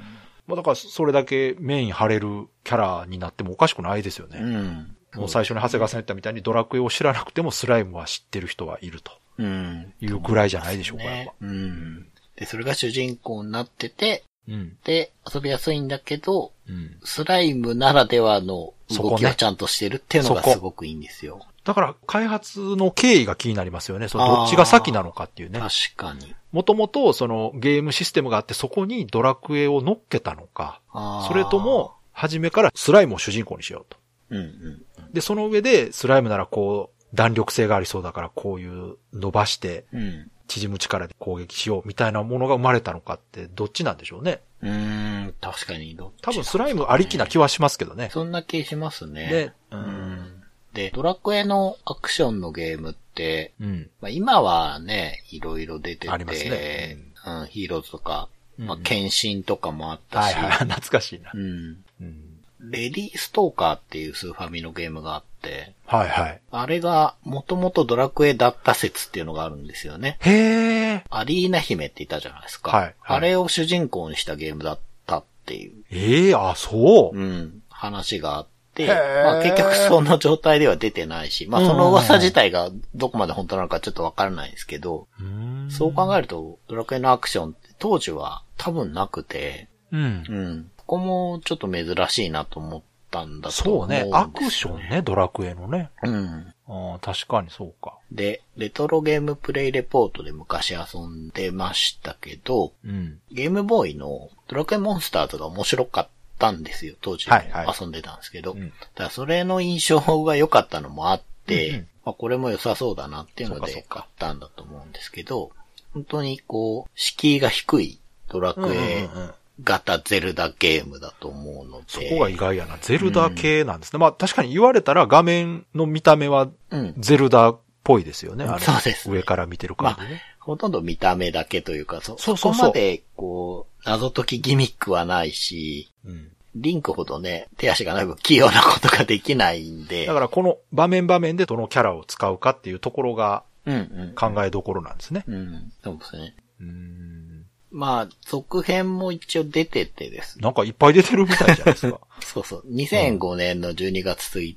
B: まあだからそれだけメイン張れるキャラになってもおかしくないですよね。
C: うん。
B: もう最初に長谷川さん言ったみたいにドラクエを知らなくてもスライムは知ってる人はいると
C: うん。
B: いうぐらいじゃないでしょうか、やっ
C: ね
B: ぱ。。
C: うん。で、それが主人公になってて、
B: うん。
C: で、遊びやすいんだけど、
B: うん。
C: スライムならではの
B: そこ
C: 動き
B: ね
C: をちゃんとしてるっていうのが
B: そこ
C: すごくいいんですよ。
B: だから開発の経緯が気になりますよね。そのどっちが先なのかっていうね。
C: 確かに。
B: もともとそのゲームシステムがあってそこにドラクエを乗っけたのか、
C: あー
B: それと、も初めからスライムを主人公にしようと。
C: うんうん。
B: で、その上で、スライムならこう、弾力性がありそうだから、こういう伸ばして、
C: うん。
B: 縮む力で攻撃しようみたいなものが生まれたのかって、どっちなんでしょうね。
C: うーん、確かに。どっち
B: 多分スライムありきな気はしますけどね。
C: そんな気しますね。
B: で、う。
C: うんん。で、ドラクエのアクションのゲームって、
B: うん。
C: まあ、今はね、いろいろ出てて、
B: ありますね
C: うん、ヒーローズとか、まあ
B: う、ん
C: 剣心とかもあった
B: は
C: し、
B: いはい、懐かしいな。
C: うん。
B: うん。
C: レディーストーカーっていうスーファミのゲームがあって、
B: はいはい。
C: あれが、もともとドラクエだった説っていうのがあるんですよね。
B: へえ。
C: アリーナ姫っていたじゃないですか。
B: はいはい
C: あれを主人公にしたゲームだったっていう、
B: ええあ、そう。
C: うん、話があって、
B: へー
C: まあ結局その状態では出てないし、まあその噂自体がどこまで本当なのかちょっとわからないですけど、
B: うん。
C: そう考えると、ドラクエのアクションって当時は多分なくて、
B: うん
C: う。ん、ここもちょっと珍しいなと思ったんだと
B: そう
C: 思
B: うん
C: です
B: ね。アクションね、ドラクエのね。
C: うん。
B: うん、確かにそうか。
C: で、レトロゲームプレイレポートで昔遊んでましたけど、
B: うん。
C: ゲームボーイのドラクエモンスターズが面白かったんですよ、当時
B: はいはい
C: 遊んでたんですけど。
B: うん
C: だからそれの印象が良かったのもあって、
B: うんうん
C: まあ、これも良さそうだなっていうの
B: そう
C: で
B: か
C: 買ったんだと思うんですけど、本当にこう、敷居が低いドラクエ
B: うんうんうんうん
C: 型ゼルダゲームだと思うので。
B: そこが意外やな。ゼルダ系なんですね。まあ確かに言われたら画面の見た目は
C: うん。
B: ゼルダっぽいですよね。あれ
C: そうですね
B: 上から見てる感じね。
C: ほとんど見た目だけというか、そ、
B: そうそ
C: そ
B: うそう
C: こまで、こう、謎解きギミックはないし、
B: うん。
C: リンクほどね、手足がなく器用なことができないんで。
B: だからこの場面場面でどのキャラを使うかっていうところが
C: うんうん。
B: 考えどころなんですね。
C: うん、そうですね。
B: うん。
C: まあ、続編も一応出ててですね。
B: なんかいっぱい出てるみたいじゃない ですか。
C: そうそう。2005年の12月1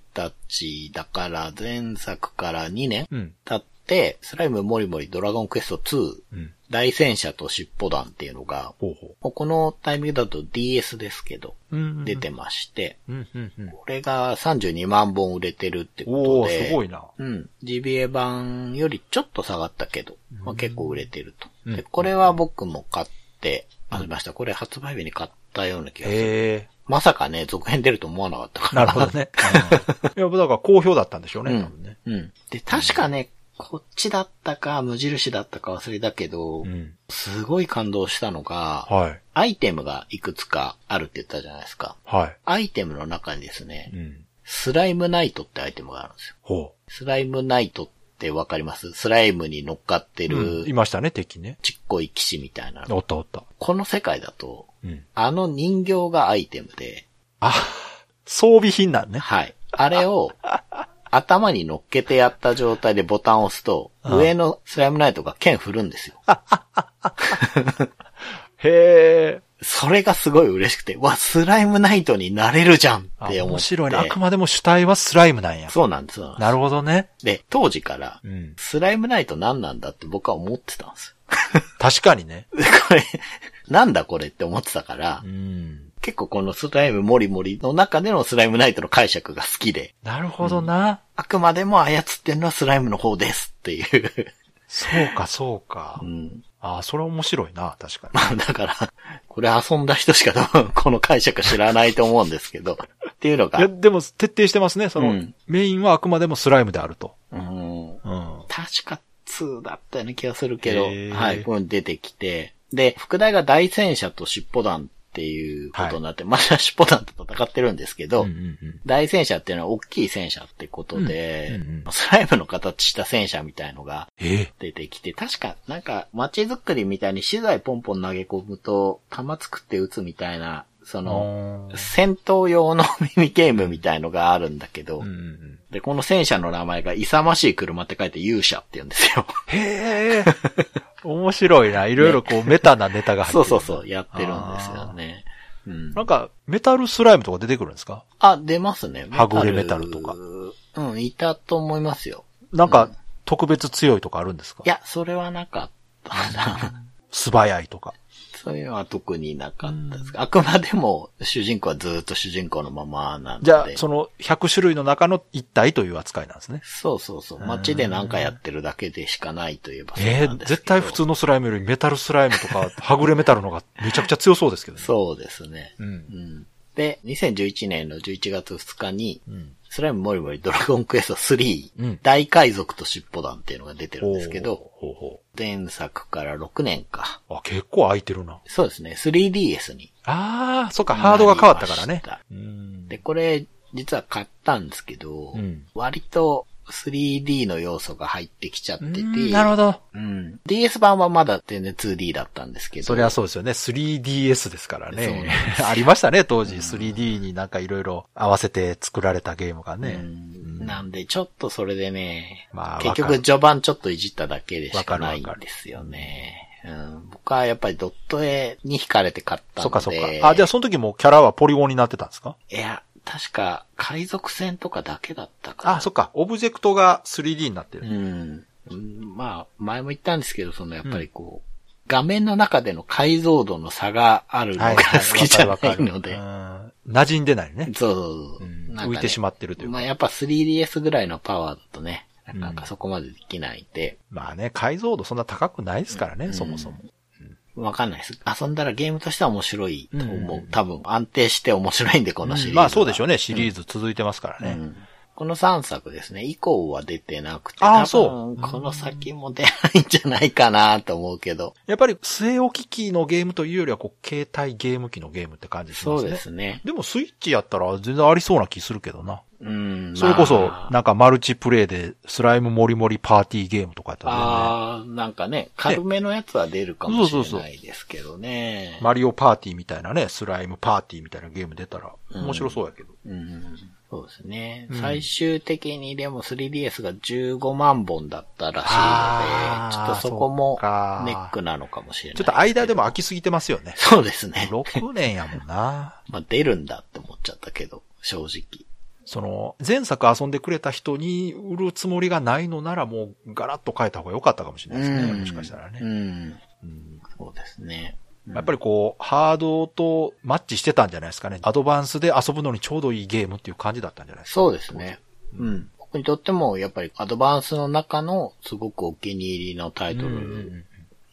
C: 日だから、前作から2年
B: うん。
C: 経って、スライムモリモリドラゴンクエスト2、
B: うん。
C: 大戦車と尻尾団っていうのが、
B: ほうほ
C: もうこのタイミングだと DS ですけど、
B: う。うん
C: 出てまして、
B: うん、うん、うん。
C: これが32万本売れてるって
B: お
C: こ
B: お
C: とで、
B: すごいな。
C: うん。GBA 版よりちょっと下がったけど、まあ、結構売れてると。
B: うん
C: で、これは僕も買って、遊びました。これ発売日に買ったような気がする。
B: え
C: まさかね、続編出ると思わなかった
B: え
C: から。
B: なるほどね。うん いや、だから好評だったんでしょうね、多分ね。
C: うん。うん。で、確かね、こっちだったか、無印だったか忘れたけど、
B: うん。
C: すごい感動したのが、
B: はい。
C: アイテムがいくつかあるって言ったじゃないですか。
B: はい。
C: アイテムの中にですね、
B: うん。
C: スライムナイトってアイテムがあるんですよ。
B: ほ
C: スライムナイトってわかりますスライムに乗っかって
B: う。うん。い
C: る、
B: ましたね、敵ね。
C: ちっこい騎士みたいなの。
B: おったおった。
C: この世界だと、
B: うん。
C: あの人形がアイテムで、
B: あ、装備品なんね。
C: はい。あれを、頭に乗っけてやった状態でボタンを押すと、
B: うん
C: 上のスライムナイトが剣振るんですよ。
B: へえ。
C: それがすごい嬉しくて、わ、スライムナイトになれるじゃん
B: あ
C: って思って。
B: 面白いね。あくまでも主体はスライムなんや。
C: そうなんです。そうなんで
B: なるほどね。
C: すで、当時から、
B: うん。
C: スライムナイト何なんだって僕は思ってたんです
B: 確かにね。
C: よ。で これ、なんだこれって思ってたから、
B: うん。
C: 結構このスライムモリモリの中でのスライムナイトの解釈が好きで、
B: なるほどな。
C: あくまでも操ってんのはスライムの方ですっていう。
B: そうか、そうか
C: う。ん
B: あ、それは面白いな、確かに。
C: まあだから、これ遊んだ人しか多分 この解釈知らないと思うんですけど、っていうのが
B: いや、、でも、徹底してますね。その、
C: うん
B: メインはあくまでもスライムであると。
C: う
B: うん。
C: ん、確か2だったような気がするけど
B: へー、
C: はい、こういうの出てきて、で、副題が大戦車と尻尾団っていうことになって、まだ尻尾団と戦ってるんですけど、
B: うんうんうん
C: 大戦車っていうのは大きい戦車ってことで、
B: うんうんうん
C: スライムの形した戦車みたいのが
B: ええ
C: 出てきて、確かなんか街づくりみたいに資材ポンポン投げ込むと、弾作って撃つみたいな、その、
B: あー
C: 戦闘用のミニゲームみたいのがあるんだけど、
B: うんうんうん
C: で、この戦車の名前が勇ましい車って書いて勇者って言うんですよ。
B: へえ。 面白いな。いろいろこう、メタなネタが入って
C: そう
B: る。
C: そうそう、やってるんですよね。うん
B: なんか、メタルスライムとか出てくるんですか
C: あ、出ますね。
B: はぐれメタルとか
C: うん、いたと思いますよ。
B: なんか、特別強いとかあるんですか
C: いや、それはなかったな。
B: 素早いとか。
C: そういうのは特になかったです。あくまでも主人公はずっと主人公のままなんで。
B: じゃあ、その100種類の中の1体という扱いなんですね。
C: そうそうそう。街で何かやってるだけでしかないといえばそう
B: ええ
C: なんです
B: 絶
C: けど
B: 対普。通のスライムよりメタルスライムと か、はぐれメタルの方がめちゃくちゃ強そうですけどね。
C: そうですね。
B: う。
C: うんん。で、2011年の11月2日に、
B: うん。
C: スライムモリモリドラゴンクエスト3、
B: うん
C: 大海賊と尻尾団っていうのが出てるんですけど、
B: ほうほ
C: 前作から6年か。
B: う。あ、結構空いてるな。
C: そうですね、3DS に。
B: ああ、そっか、ハードが変わったからね
C: なりました。
B: うん
C: で、これ、実は買ったんですけど、
B: うん
C: 割と 3D の要素が入ってきちゃってて、
B: うんなるほど。
C: うん。DS 版はまだ全然 2D だったんですけど、
B: そりゃそうですよね。3DS ですから
C: そうなん
B: ね
C: で。
B: ありましたね、当時。3D になんかいろいろ合わせて作られたゲームが
C: う
B: ね。
C: ん、なんで、ちょっとそれでね、
B: まあ
C: 結
B: わか
C: 局
B: る
C: 序盤ちょっといじっただけでし
B: わか
C: か
B: るわ
C: な
B: か
C: い
B: る
C: んですよね。うん、僕はやっぱりドット絵に惹かれて買ったので。
B: そっかそっか。あ、じゃあその時もキャラはポリゴンになってたんですか
C: いや、確か、海賊船とかだけだったかな。
B: あ、そっか。オブジェクトが 3D になって
C: う
B: る。
C: ん。うんまあ、前も言ったんですけど、そのやっぱりこう、画面の中での解像度の差があるのが好きじゃな
B: わか
C: い
B: るわ
C: の
B: かる
C: で。
B: うん馴染んでないね。
C: そうそうそう
B: うん
C: なんか
B: 浮
C: ね
B: いてしまってるというか
C: まあやっぱ 3DS ぐらいのパワーだとね、
B: ん
C: なんかそこまでできないんで、
B: まあね、解像度そんな高くないですからね、
C: ん
B: そもそも。
C: わかんないです。遊んだらゲームとしては面白いと思う。
B: うん
C: 多分安定して面白いんで、このシリーズ、
B: まあそうでしょう
C: ね。
B: ね、シリーズ続いてますからね。
C: この3作ですね、以降は出てなくて、
B: あー
C: 多
B: そう
C: 分この先も出ないんじゃないかなと思うけど。
B: やっぱり据え置き機のゲームというよりは、こう、携帯ゲーム機のゲームって感じしま
C: そ
B: す
C: う
B: ね。
C: ですね。
B: でもスイッチやったら全然ありそうな気するけどな。
C: うん。
B: それこそ
C: ま、あ
B: なんかマルチプレイでスライムもりもりパーティーゲームとかやったら
C: ああ、なんかね、軽めのやつは出るかもしれないですけどね
B: ね、。マリオパーティーみたいなね、スライムパーティーみたいなゲーム出たら
C: うん
B: 面白そうやけど。
C: うんそうですね。
B: うん
C: 最終的にでも 3DS が15万本だったらし
B: あー
C: いので、ちょっとそこ
B: そ
C: も
B: っか
C: ネックなのかもしれない。。
B: ちょっと間でも空きすぎてますよね
C: そうですね。
B: 6年やもんな。
C: まあ出るんだって思っちゃったけど、正直。
B: その、前作遊んでくれた人に売るつもりがないのならもうガラッと変えた方が良かったかもしれないですね。
C: うん
B: もしかしたら
C: う
B: ね。
C: ん。
B: うん
C: そうですね。
B: やっぱりこう、ハードとマッチしてたんじゃないですかね。アドバンスで遊ぶのにちょうどいいゲームっていう感じだったんじゃないですか。
C: そうですね。うん。僕にとっても、やっぱりアドバンスの中のすごくお気に入りのタイト
B: うんうんう
C: ル
B: ん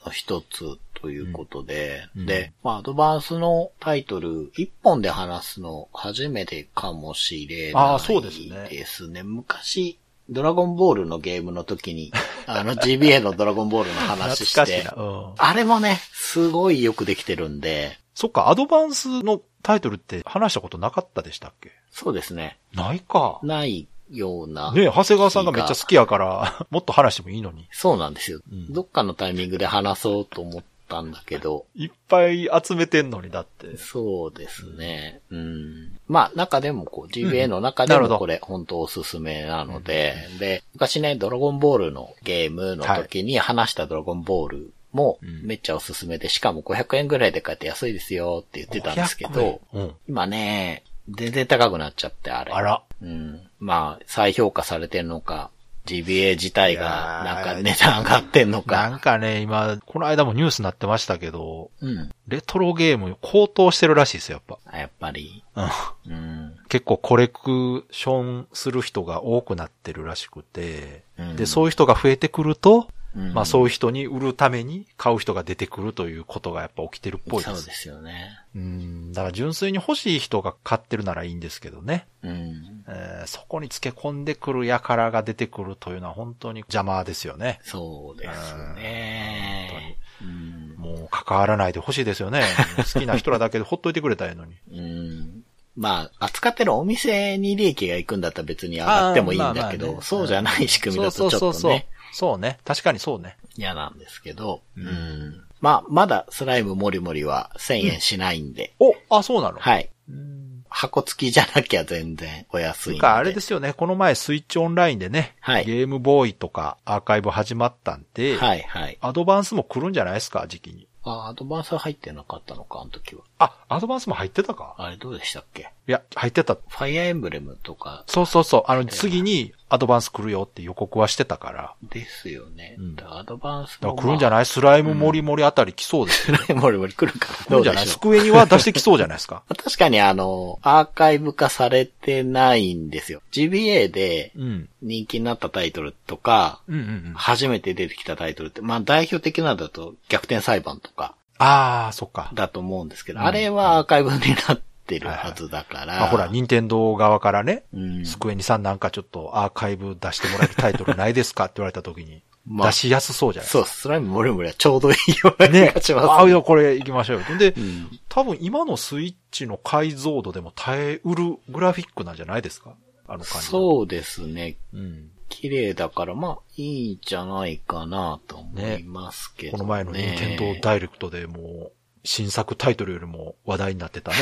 C: の一つということで、
B: うん
C: で、まあ、アドバンスのタイトル、一本で話すの初めてかもしれ
B: あ
C: な
B: ー
C: い
B: そうですね
C: ですね。昔、ドラゴンボールのゲームの 時に、あの GBA のドラゴンボールの話し
B: 懐かしい
C: て
B: な。、うん。
C: あれもね、すごいよくできてるんで、
B: そっか、アドバンスのタイトルって話したことなかったでしたっけ
C: そうですね。
B: ないか。
C: ないような。
B: ねえ長谷川さんがめっちゃ好きやから、 もっと話してもいいのに。
C: そうなんですよ。
B: うん
C: どっかのタイミングで話そうと思ったんだけど、
B: いっぱい集めてんのに、だって。
C: そうですね。うん。まあ、中でもこう、GBA の中
B: な
C: で
B: るほど
C: もこれ、本当おすすめなので、で、昔ね、ドラゴンボールのゲームの時に話したドラゴンボールも
B: うん
C: めっちゃおすすめで、しかも500円ぐらいで買って安いですよって言ってたんですけど、
B: 500円うん。
C: 今ね、全然高くなっちゃって、あれ。
B: あら。
C: うん。まあ、再評価されてるのか、GBA 自体が、
B: いや
C: な
B: ー
C: んか値段上がってんのか。
B: なんかね、今、この間もニュースになってましたけど、
C: うん。
B: レトロゲーム高騰してるらしいですよ、やっ
C: あやっぱり。
B: ぱ。うん。
C: うん。
B: 結構コレクションする人が多くなってるらしくて、
C: うん
B: で、そういう人が増えてくると、
C: うん
B: まあそういう人に売るために買う人が出てくるということがやっぱ起きてるっぽいです。
C: そうですよね。
B: うん、だから純粋に欲しい人が買ってるならいいんですけどね、
C: うん。
B: えーそこに付け込んでくる輩が出てくるというのは本当に邪魔ですよね。
C: そうですね。うん。
B: もう関わらないで欲しいですよね。好きな人らだけでほっといてくれたらいい のに。
C: うん。まあ、扱ってるお店に利益が行くんだったら別に上がってもいいんだけ
B: あーまあ
C: ど、
B: まあね
C: そうじゃない仕組みだ
B: そ
C: と
B: う
C: ち
B: そ
C: ょ
B: う
C: っ
B: そ
C: と
B: う
C: ね、
B: そうね。確かにそうね。
C: 嫌なんですけど、うんん。まあ、まだスライムもりもりは1000円しないんで、
B: お、あ、そうなの
C: はい。
B: うん
C: 箱付きじゃなきゃ全然お安い
B: て
C: んで。。
B: か、あれですすよね、この前スイッチオンラインでね、
C: はい
B: ゲームボーイとかアーカイブ始まったんで、
C: はいはい。
B: アドバンスも来るんじゃないですか、時期に。
C: あ、アドバンスは入ってなかったのか、あの時は。
B: あ、アドバンスも入ってたか
C: あれどうでしたっけ
B: いや、入ってた。
C: ファイアーエンブレムとか
B: そうそうそう、あの、次にアドバンス来るよって予告はしてたから。
C: ですよね。
B: うん
C: だからアドバンス
B: だ
C: も、
B: から来るんじゃ
C: ない
B: ない、スライムモリモリあたり来そう ですよ。
C: もりもり来るかな。
B: 来るんじゃないスクエニは出してきそうじゃないですか。
C: 確かにあの、アーカイブ化されてないんですよ。GBA で
B: うん。
C: 人気になったタイトルとか、
B: うんうんうん。
C: 初めて出てきたタイトルって、まあ代表的なのだと逆転裁判とか
B: あー、そっか。
C: だと思うんですけど、
B: うん
C: あれはアーカイブになってるはずだから。
B: まあほら、任天堂側からね、
C: うん
B: スクエニさんなんかちょっとアーカイブ出してもらえるタイトルないですかって言われた時に、
C: まあ
B: 出しやすそうじゃないですか
C: そう、スライムもりもりはちょうどいいような気
B: ね
C: がし
B: あ
C: ます
B: あ、いや、これ行きましょうよ。で、
C: うん
B: 多分今のスイッチの解像度でも耐えうるグラフィックなんじゃないですかあの感じ。う。
C: そうですね。
B: うん。
C: 綺麗だから、まあ、いいんじゃないかなと思いますけど、ね
B: この前の任天堂ダイレクトでもう、新作タイトルよりも話題になって たね。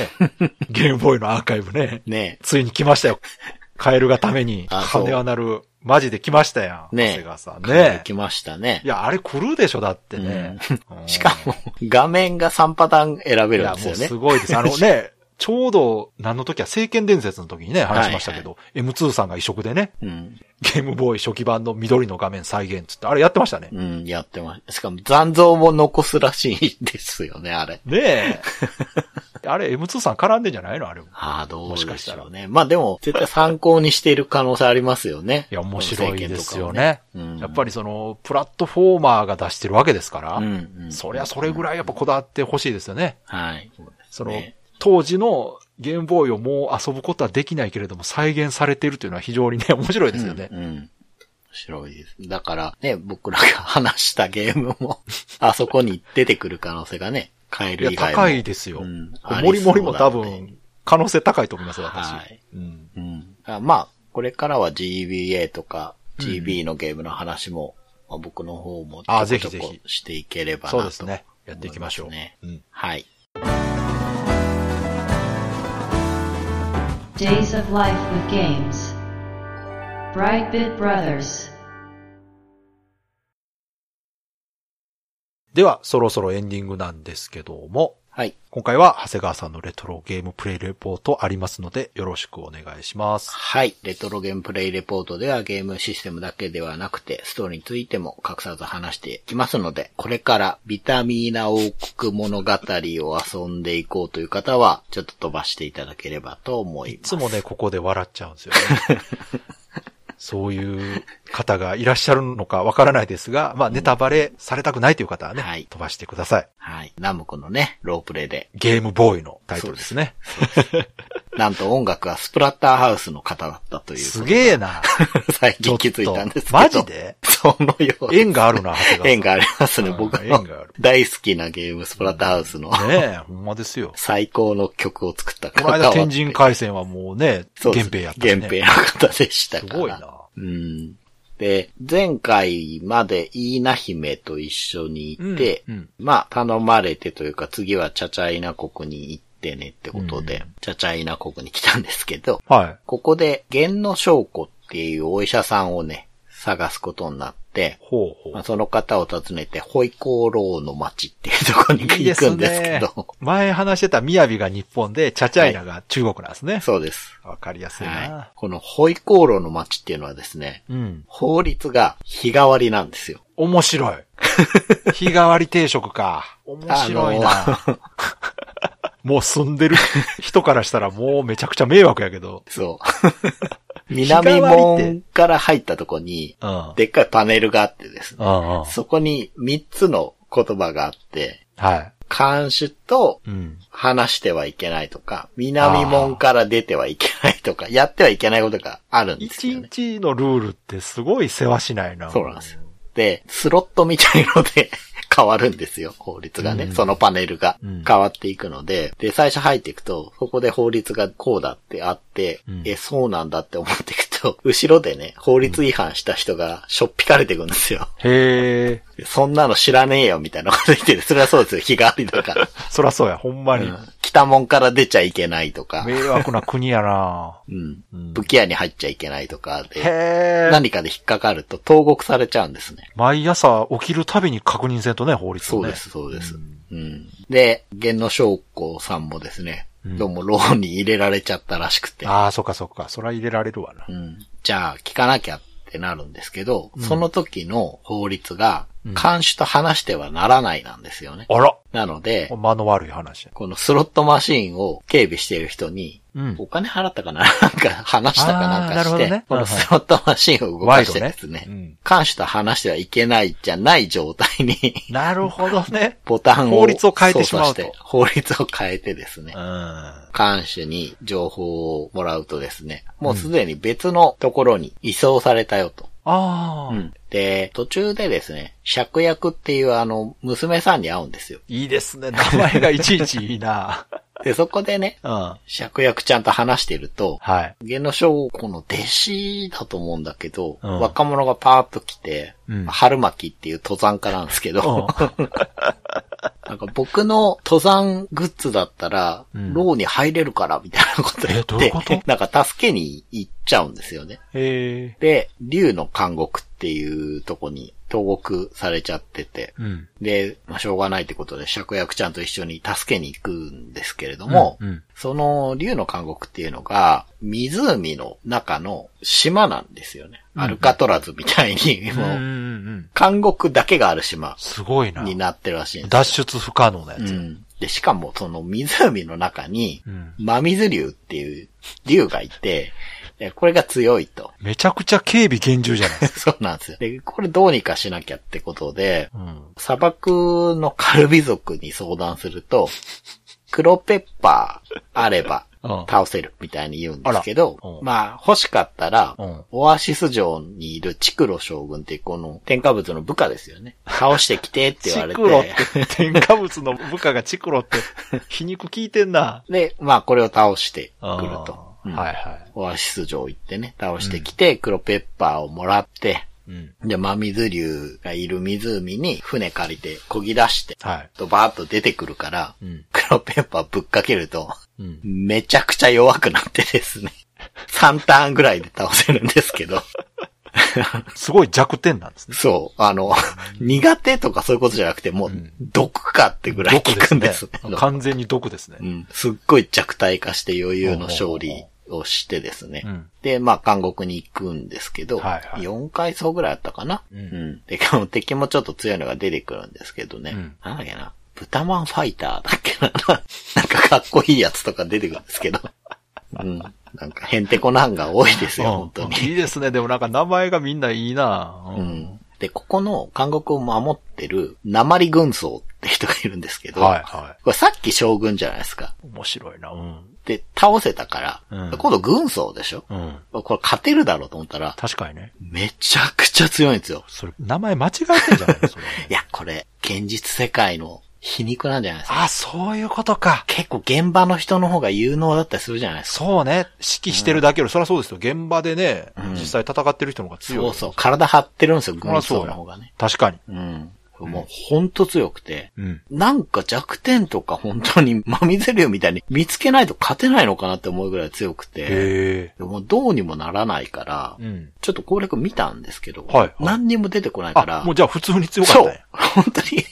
B: ゲームボーイのアーカイブね。
C: ね
B: ついに来ましたよ。カエルがために、
C: あそう
B: 金はなる。マジで来ましたやん。
C: ね
B: 長谷川さん
C: え。ね
B: ね。
C: 来ましたね
B: い。や、あれ来るでしょ、だってね。うん
C: しかも、画面が3パターン選べ
B: い
C: る
B: や、
C: んです
B: もう
C: よね
B: す。ごいです。あ のね、ちょうど、何の時は、聖剣伝説の時にね、話しましたけど、M2 さんが移植でね、
C: うん。
B: ゲームボーイ初期版の緑の画面再現っつって、あれやってましたね。
C: うん、やってました。しかも残像も残すらしいですよね、あれ。
B: ねえ。 あれ M2 さん絡んでんじゃないのあれも。
C: ああ、どう
B: もしか
C: で
B: し
C: した
B: ら
C: ょうね。まあでも、絶対参考にしている可能性ありますよね。
B: いや、面白いですよ
C: こ
B: ね。
C: の政権とかはねうん
B: やっぱりその、プラットフォーマーが出してるわけですから、
C: うん、うん。
B: そりゃそれぐらいやっぱこだわってほしいですよね。
C: はい。
B: その、
C: ね
B: 当時のゲームボーイをもう遊ぶことはできないけれども、再現されているというのは非常にね、面白いですよね。
C: うん。うん面白いです。だからね、僕らが話したゲームも、 あそこに出てくる可能性がね、カエ
B: い
C: ル以
B: や、
C: 外
B: 高
C: も。
B: いですよ。
C: うん
B: これもりもりも多
C: ありそうなの
B: 分、可能性高いと思いますよ、私。
C: はい
B: うん。
C: うん。からまあ、これからは GBA とか GB のゲームの話も、まあ、僕の方もち
B: あ
C: ょ
B: ぜ
C: こ
B: ひ
C: ち
B: ぜ
C: ょ
B: ひ
C: こしていければなと。
B: そうですね。やっていきましょう。
C: 思いますね
B: うん。
C: はい。
A: Days of Life with Games. Brightbit Brothers.
B: では、そろそろエンディングなんですけども、
C: はい。
B: 今回は長谷川さんのレトロゲームプレイレポートありますので、よろしくお願いします。
C: はい。レトロゲームプレイレポートではゲームシステムだけではなくて、ストーリーについても隠さず話していきますので、これからビタミーナ王国物語を遊んでいこうという方は、ちょっと飛ばしていただければと思い
B: い
C: ます。
B: つもね、ここで笑っちゃうんですよね。 そういう方がいらっしゃるのかわからないですが、まあ、ネタバレされたくないという方はね、
C: はい
B: 飛ばしてください。
C: はい。ナムコのね、ロープレイで、
B: ゲームボーイのタイトルですね。
C: なんと音楽はスプラッターハウスの方だったという。
B: すげえな。
C: 最
B: ちょ
C: 近
B: っ
C: 気づいたんです
B: と。
C: けど。
B: マジで
C: そのように。
B: 縁があるな、長谷川さん。
C: 縁がありますね。
B: うん
C: 僕
B: 縁
C: の
B: がある
C: 大好きなゲーム、スプラッターハウスの
B: ねえ、ほんまです よ。
C: 最高の曲を作った
B: こ
C: 方
B: の間
C: は
B: 天神海戦はもうね、
C: そうで
B: 源
C: す
B: 平やったしね。
C: 源平の方でしたから。
B: すごいな。
C: うん。で、前回までイーナ姫と一緒にいて、
B: うんうん
C: まあ頼まれてというか次はチャチャイナ国に行ってねってことで、チャチャイナ国に来たんですけど、
B: はい。
C: ここで源の証拠っていうお医者さんをね、探すことになって、
B: ほうほ
C: まあ
B: う。
C: その方を訪ねて、ホイコーローの町っていうところに行くんですけど、
B: 前話してた雅が日本で、チャチャイナが中国なんですね。
C: そうです。
B: わかりやすいな。
C: はい。このホイコーローの町っていうのはですね、
B: うん。
C: 法律が日替わりなんですよ。
B: 面 白い。日替わり定食か。面白いな。 もう住んでる人からしたらもうめちゃくちゃ迷惑やけど。
C: そう。
B: 日替わりって
C: 南門から入ったとこに、
B: うん。うん
C: でっかいパネルがあってですね。
B: うん。
C: そこに3つの言葉があって、
B: は
C: 監視と
B: い。うん。
C: 話してはいけないとか、南門から出てはいけないとか、やってはいけないことがあるんです
B: 一
C: よね。
B: 日のルールってすごい世話しないな。
C: そうなんですよ。で、スロットみたいので 変わるんですよ、法律がね。
B: うん
C: そのパネルが
B: うん
C: 変わっていくので、で、最初入っていくと、そこで法律がこうだってあって、
B: うん
C: え、そうなんだって思っていくと、後ろでね、法律違反した人がしょっぴかれていくんですよ。
B: へえ。
C: でそんなの知らねえよみたいなこと言ってて、それはそうですよ、日替わりだから。
B: そらそうや、ほんまに。
C: うん北門から出ちゃいけないとか、
B: 迷惑な国やな。
C: うん
B: うん
C: 武器屋に入っちゃいけないとか で、
B: へえ。
C: 何かで引っかかると投獄されちゃうんですね。
B: 毎朝起きるたびに確認せんとね、法律
C: そ
B: を
C: う
B: ね。
C: です、そうです。うん。で、源の将校さんもですね、
B: うん
C: どうも牢に入れられちゃったらしくて、
B: ああ、そっかそっか。そら入れられるわな
C: う。ん。じゃあ、聞かなきゃってなるんですけど、その時の法律が、監視と話してはならないなんですよね。
B: あら
C: なので、
B: 間の悪い話。
C: このスロットマシーンを警備している人に、
B: うん
C: お金払ったかななんか話したかなん
B: あーな
C: か
B: る
C: し
B: ほど
C: て、
B: ね
C: こ
B: はい
C: の
B: はい
C: スロットマシーンを動かしてです
B: 賄
C: ね、
B: 賂ね
C: 監視と話してはいけないじゃない状態 に、
B: なるほどね。
C: ボタンを
B: 法律を変えてしまうと
C: 操作して法律を変えてですね
B: う。ん。
C: 監視に情報をもらうとですね、もうすでに別のところに移送されたよと。
B: ああ、
C: うんで、途中でですね、芍薬っていうあの、娘さんに会うんですよ。
B: いいですね。名前がいちいちいいな。
C: で、そこでね、
B: うん。は
C: 芍薬ちゃんと話してると、
B: い。
C: 芸能小学校の弟子だと思うんだけど、
B: うん
C: 若者がパーッと来て、
B: うん
C: 春巻っていう登山家なんですけど、
B: う
C: なんか僕の登山グッズだったら、
B: うん
C: 牢に入れるから、みたいなこと
B: え
C: 言って、
B: どういうこと
C: なんか助けに行っちゃうんですよね。
B: え
C: で、竜の監獄っていうとこに投獄されちゃってて、
B: ー。うん。
C: で、まあ、しょうがないってことで、芍薬ちゃんと一緒に助けに行くんですけれども、
B: うんうん
C: その竜の監獄っていうのが、湖の中の島なんですよね。アルカトラズみたいに、
B: うんう
C: も
B: ん
C: う、
B: うん。
C: 監獄だけがある島
B: すごいな。
C: になってるらしいんですよ
B: 脱出不可能なやつ。
C: うん。で、しかもその湖の中に、
B: うん
C: 真水竜っていう竜がいて、でこれが強いと。
B: めちゃくちゃ警備厳重じゃないですか。
C: そうなんですよ。で、これどうにかしなきゃってことで、
B: うん。
C: 砂漠のカルビ族に相談すると、黒ペッパーあれば
B: うん
C: 倒せるみたいに言うんですけど
B: あらう、ん
C: まあ欲しかったら
B: うん、
C: オアシス城にいるチクロ将軍っていうこの添加物の部下ですよね。倒してきてって言われ、
B: チクロってて、添加物 の部下がチクロって、皮肉効いてんな。
C: で、まあこれを倒してくると。うん
B: はいはい。
C: オアシス城行ってね、倒してきて、黒ペッパーをもらって、
B: うん。
C: で、真水流がいる湖に船借りて漕ぎ出して、
B: はい。
C: とバーッと出てくるから、
B: うん。
C: 黒ペッパーぶっかけると、
B: うん。
C: めちゃくちゃ弱くなってですね。3ターンぐらいで倒せるんですけど。
B: すごい弱点なんですね。
C: そう。あの、苦手とかそういうことじゃなくて、もう、毒かってぐらい効くんですね。
B: 完全に毒ですね
C: う。ん。すっごい弱体化して余裕の勝利をしてですね。
B: うん。
C: で、まあ、監獄に行くんですけど、
B: はいはい
C: 4回層ぐらいあったかな。
B: うん
C: で、 でも敵もちょっと強いのが出てくるんですけどね。
B: うん
C: なんだっけな。豚マンファイターだっけな。 なんかかっこいいやつとか出てくるんですけ ど。うん。なんかへんてこなんが多いですよ、本当に。
B: うんいいですね。でもなんか名前がみんないいな
C: う
B: ぁ
C: ん。で、ここの監獄を守ってる、鉛軍曹って人がいるんですけど、
B: はいは
C: これさっき将軍じゃないですか。
B: い。面白いな。うん。
C: で、倒せたから、
B: うん
C: 今度軍曹でしょ
B: うん。
C: これ勝てるだろうと思ったら、
B: 確かにね。
C: めちゃくちゃ強いんですよ。
B: それ、名前間違えてんじゃないのそれ。
C: いや、これ、現実世界の皮肉なんじゃないですか。
B: あ、そういうことか。
C: 結構現場の人の方が有能だったりするじゃないですか。
B: そうね。指揮してるだけより、そりゃそうですよ。現場でね、
C: うん
B: 実際戦ってる人の方が強い。
C: そうそう。体張ってるんですよ、
B: そりゃ
C: 軍
B: そ
C: 曹
B: う
C: の
B: よ
C: 方がね。
B: 確かに。
C: うん。もうほんと強くて。
B: うん。
C: なんか弱点とか本当に まみゼリオみたいに見つけないと勝てないのかなって思うぐらい強くて、
B: へえ。
C: でもうどうにもならないから、
B: うん。
C: ちょっと攻略見たんですけど、
B: はいはい
C: 何にも出てこないから、
B: あ、もうじゃあ普通に強かっ
C: そ
B: た
C: う
B: ね。、
C: 本当に、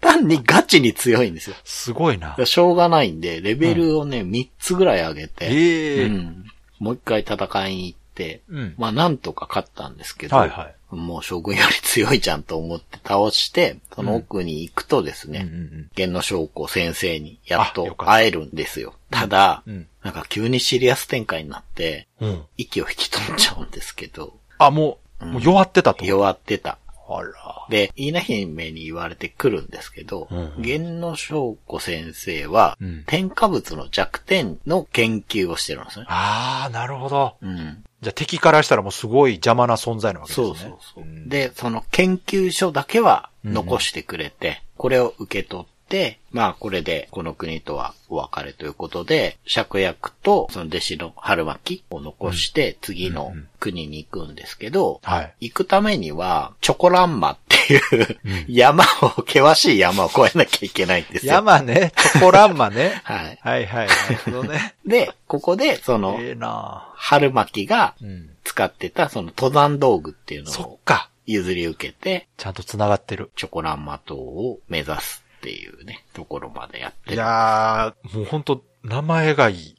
C: 単にガチに強いんですよ。
B: すごいな
C: だから。しょうがないんで、レベルをね、3つぐらい上げて、
B: ええ。
C: うんもう一回戦いに行って、
B: うん。
C: まあなんとか勝ったんですけど、
B: はいはい。
C: もう将軍より強いじゃんと思って倒して、その奥に行くとですね、
B: うんうん
C: 源の将校先生にやっ
B: あ
C: と
B: よかった
C: 会えるんですよ。ただ、
B: うん
C: なんか急にシリアス展開になって、
B: うん。うん。
C: 息を引き取っちゃうんですけど、
B: あ、もう、もう弱ってたと。
C: 弱ってた。
B: あら。
C: で、イーナ姫に言われてくるんですけど、
B: うんうん
C: 源の将校先生は、
B: うん
C: 添加物の弱点の研究をしてるんですね。
B: ああ、なるほど。
C: うん。
B: じゃあ敵からしたらもうすごい邪魔な存在なわけですね。
C: そうそうそう。
B: ん
C: で、その研究所だけは残してくれて、これを受け取って、まあこれでこの国とはお別れということで、芍薬とその弟子の春巻を残して次の国に行くんですけど、
B: はい。
C: 行くためには、チョコランマっていう山を、険しい山を越えなきゃいけないんですよ。。
B: 山ね、チョコランマね
C: はい。
B: はいはい。なるほど ね。
C: で、ここで、その、
B: ええな
C: 春巻が
B: うん。
C: 使ってた、その登山道具っていうの
B: そ
C: を
B: っか。
C: 譲り受けて、
B: ちゃんと繋がってる。
C: チョコランマ島を目指すっていうね、ところまでやって
B: い
C: る。
B: やー、もうほんと、名前がい い。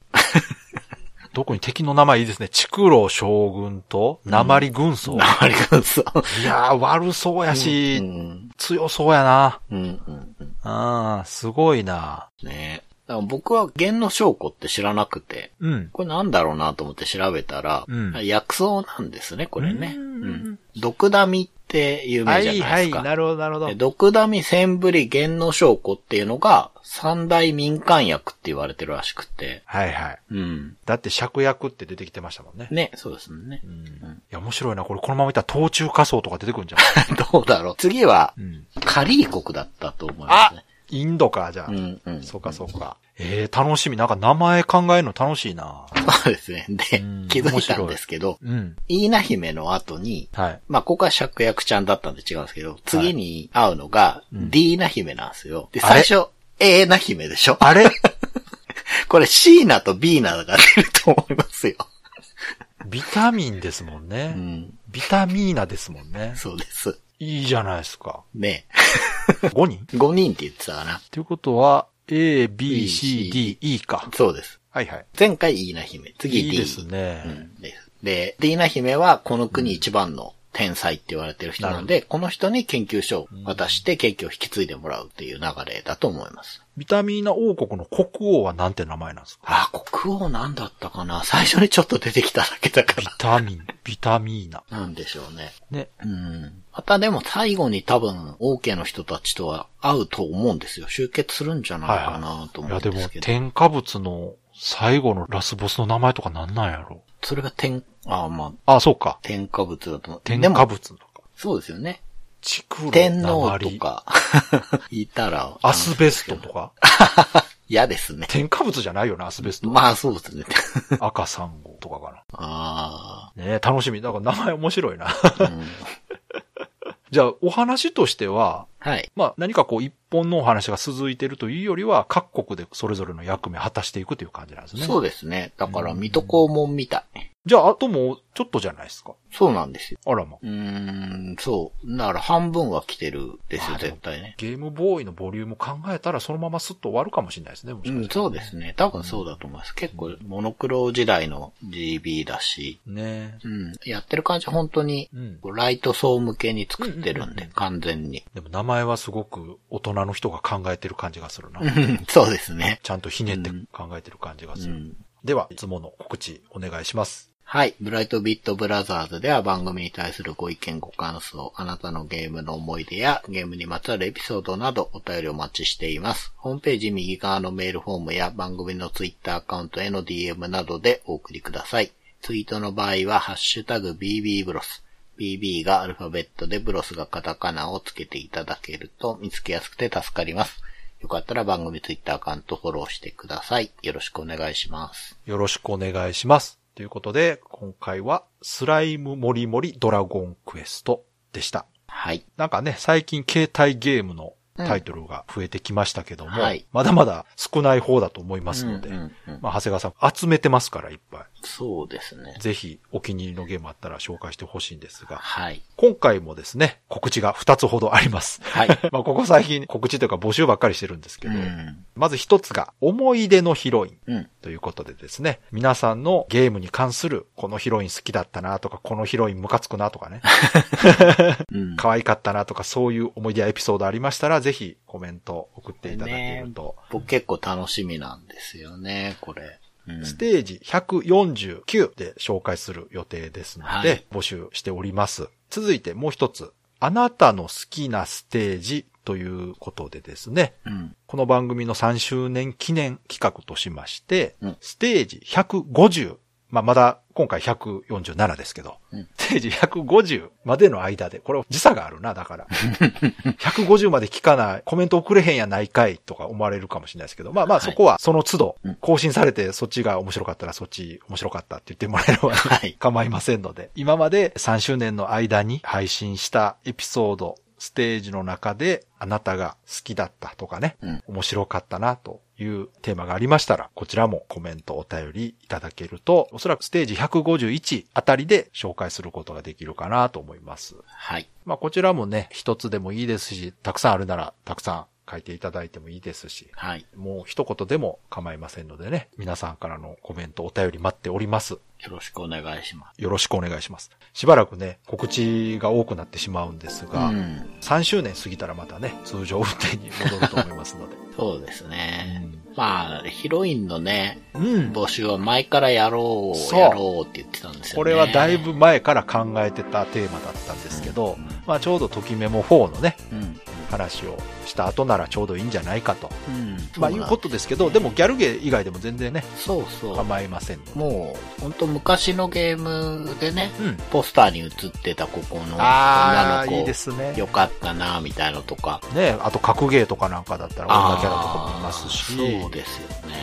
B: どこに敵の名前いいですね。畜老将軍と、鉛軍曹。
C: ありがと う。
B: いやー、悪そうやし、
C: うん、
B: 強そうやな。
C: うん、うんうん。
B: あー、すごいな。
C: ねだから僕は弦の証拠って知らなくて、
B: うん。
C: これなんだろうなと思って調べたら、
B: うん
C: 薬草なんですね、これね。
B: う
C: うんん。毒ダミって有名じゃないですか。
B: るほど、なるほ
C: で毒ダミ、センブリ、弦の証拠っていうのが三大民間薬って言われてるらしくて。
B: はいはい。
C: うん。
B: だって、芍薬って出てきてましたもんね。
C: ね、そうですね。
B: うん。いや、面白いな。これ、このままいったら、東中仮想とか出てくるんじ ゃない
C: どうだろう。次は、
B: うん。
C: カリー国だったと思いま
B: あ
C: すね。
B: インドか、じゃあ。
C: うんうん。
B: そうか、そうか。えー、楽しみ。なんか、名前考えるの楽しいな。
C: そうですね。で
B: うん、
C: 気づいたんですけど、
B: うん。
C: イーナ姫の後に、
B: はい。
C: まあ、ここは芍薬ちゃんだったんで違うんですけど、次に会うのが、ディーナ姫なんですよ。で、
B: あれ
C: 最初、エーナ姫でしょ
B: あれ
C: これ、シーナとビーナが出ると思いますよ。
B: ビタミンですもんね。
C: うん、
B: ビタミーナですもんね。
C: そうです。
B: いいじゃないです か。
C: ね
B: 5人っ
C: 5人って言ってたかな。
B: ていうことは、A, B,
C: B
B: C,
C: C
B: D, E か。
C: そうです。
B: はいはい。
C: 前回イーナ姫、次 D。
B: いいです
C: う
B: ね。
C: んですで、ディーナ姫はこの国一番の天才って言われてる人なので、この人に研究所を渡して研究を引き継いでもらうっていう流れだと思います。
B: ビタミーナ王国の国王はなんて名前なんですか
C: あ、国王なんだったかな最初にちょっと出てきただけだか
B: ビ
C: ら。
B: タミン、ビタミーナ。
C: なんでしょうね。
B: ね。
C: うん。またでも最後に多分、王家の人たちとは会うと思うんですよ。集結するんじゃないかなと
B: い
C: 思う
B: や
C: ん
B: で
C: で
B: も
C: す、けど。
B: 添加物の最後のラスボスの名前とかなんなんやろ
C: それが天、あ、まあ、
B: あ、そうか。
C: 添加物だと思う。
B: 添
C: で
B: 加
C: も、
B: 物とか。
C: そうですよね。
B: チクロ、
C: 天皇
B: 鉛
C: とか、いたら、
B: アスベストとか。
C: 嫌ですね。
B: 添加物じゃないよな、アスベスト。
C: まあそうですね。
B: 赤3号とかか
C: あ
B: な。ねえ楽しみ。なんか名前面白いな。
C: あ、うん。
B: じゃあ、お話としては、
C: はい。
B: まあ何かこう一本のお話が続いてるというよりは、各国でそれぞれの役目を果たしていくという感じなんですね。
C: そうですね。だから、水戸黄門みたい。
B: じゃあ、あともうちょっとじゃないですか。
C: そうなんですよ。
B: あらま。
C: うーん、そう。だから半分は来てるです
B: ま
C: よ、
B: あでも
C: 絶対ね。
B: ゲームボーイのボリューム考えたら、そのまますっと終わるかもしれないですね、もし
C: う
B: かした
C: ん、
B: ら
C: そうですね。多分そうだと思います。結構、モノクロ時代の GB だし、
B: ね
C: うん、やってる感じ本当に
B: え。、うん。
C: ライト層向けに作ってるん
B: うんうんうんう
C: で
B: ん、
C: 完全に。
B: でも名前はすごく大人の人が考えてる感じがするな。
C: うんそうですね。
B: ちゃんとひねって
C: うん
B: 考えてる感じが
C: う
B: する。
C: ん
B: では、いつもの告知お願いします。
C: はい。ブライトビットブラザーズでは番組に対するご意見、ご感想、あなたのゲームの思い出やゲームにまつわるエピソードなどお便りお待ちしています。ホームページ右側のメールフォームや番組のツイッターアカウントへの DM などでお送りください。ツイートの場合は、ハッシュタグ BB ブロス。BB がアルファベットでブロスがカタカナをつけていただけると見つけやすくて助かります。よかったら番組ツイッターアカウントフォローしてください。よろしくお願いします。
B: よろしくお願いします。ということで、今回はスライムもりもりドラゴンクエストでした。
C: はい。
B: なんかね、最近携帯ゲームのタイトルが増えてきましたけども、
C: うんはい
B: まだまだ少ない方だと思いますので、
C: うんうんうん
B: まあ、長谷川さん集めてますからいっぱ
C: そうですね
B: い。。ぜひお気に入りのゲームあったら紹介してほしいんですが、
C: はい。
B: 今回もですね、告知が2つほどあります。
C: はい。
B: まあ、ここ最近告知というか募集ばっかりしてるんですけ
C: う
B: ど、
C: ん。
B: まず一つが、思い出のヒロイン
C: うん。
B: ということでですね、皆さんのゲームに関する、このヒロイン好きだったなとか、このヒロインムカつくなとかね、
C: うん。
B: 可愛かったなとか、そういう思い出やエピソードありましたら、ぜひコメント送っていただけると、
C: 僕結構楽しみなんですよね、これ。うん。
B: ステージ149で紹介する予定ですの
C: はい
B: で、募集しております。続いてもう一つ、あなたの好きなステージということでですね、
C: うん。
B: この番組の3周年記念企画としまして、
C: うん
B: ステージ150、まあ、まだ今回147ですけど、
C: うん
B: ステージ150までの間で、これ時差があるな、だ から。150まで聞かない、コメント送れへんやないかいとか思われるかもしれないですけど、まあまあ
C: はい
B: そこはその都度
C: うん
B: 更新されて、そっちが面白かったらそっち面白かったって言ってもらえれば、
C: はい。
B: 構いませんので、今まで3周年の間に配信したエピソード、ステージの中であなたが好きだったとかね、
C: うん
B: 面白かったなというテーマがありましたら、こちらもコメントお便りいただけると、おそらくステージ151あたりで紹介することができるかなと思います。
C: はい。
B: まあこちらもね、一つでもいいですし、たくさんあるならたくさん書いていただいてもいいですし、
C: はい。
B: もう一言でも構いませんのでね、皆さんからのコメントお便り待っております。
C: よろしくお願いしま
B: よろしくお願いします。しばらくね、告知が多くなってしまうんです
C: す。
B: が、
C: うん。
B: 3周年過ぎたらまたね、通常運転に戻ると思います ので。
C: そうですね。まあ、ヒロインのね、
B: うん。
C: 募集は前からやろ
B: そう
C: う、やろうって言ってたんですよね。
B: これはだいぶ前から考えてたテーマだったんですけど、まあちょうどときメモ4のね、
C: うん。
B: 話をした後ならちょうどいいんじゃないかと。
C: うん。
B: まあいうことですけど、でもギャルゲー以外でも全然ね、
C: そうなんそうそう。
B: 構いませんので。
C: もう、ほんと昔のゲームでね、
B: うん。
C: ポスターに映ってたここの
B: あ
C: 女
B: あ、
C: の子。
B: いいですね。
C: よかったな、みたいなのとか。
B: ね、あと格ゲーとかなんかだったら女キャラとかもいますし。
C: あーそうですよね。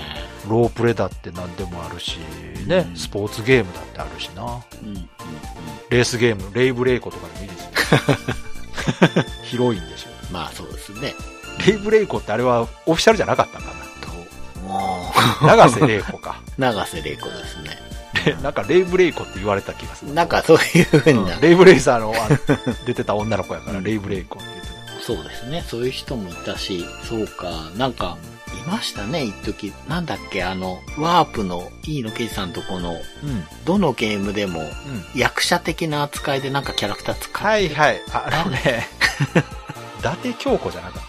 B: ロープレだって何でもあるし、ね、
C: うん
B: スポーツゲームだってあるしな。
C: うんうんうん。
B: レースゲーム、レイブレイコとかでもいいですよ。 ヒロインでしょ。
C: まあそうですね。
B: レイブレイコってあれはオフィシャルじゃなかったんか
C: と、も
B: な。長瀬玲子 か。
C: う、長瀬玲子ですね。
B: でなんかレイブレイコって言われた気がする。
C: なんかそういうふう
B: うん
C: な、
B: レイブレイザーのあの出てた女の子やから、レイブレイコって言って
C: そうですね。そういう人もいたし、そうか、なんか、いましたね、一時なんだっけ、あの、ワープの、飯野圭司さんとこの、
B: た。うん。
C: どのゲームでも、
B: うん。
C: 役者的な扱いでなんかキャラクター使う。
B: はいはい。あのね、伊達京子じゃなかっ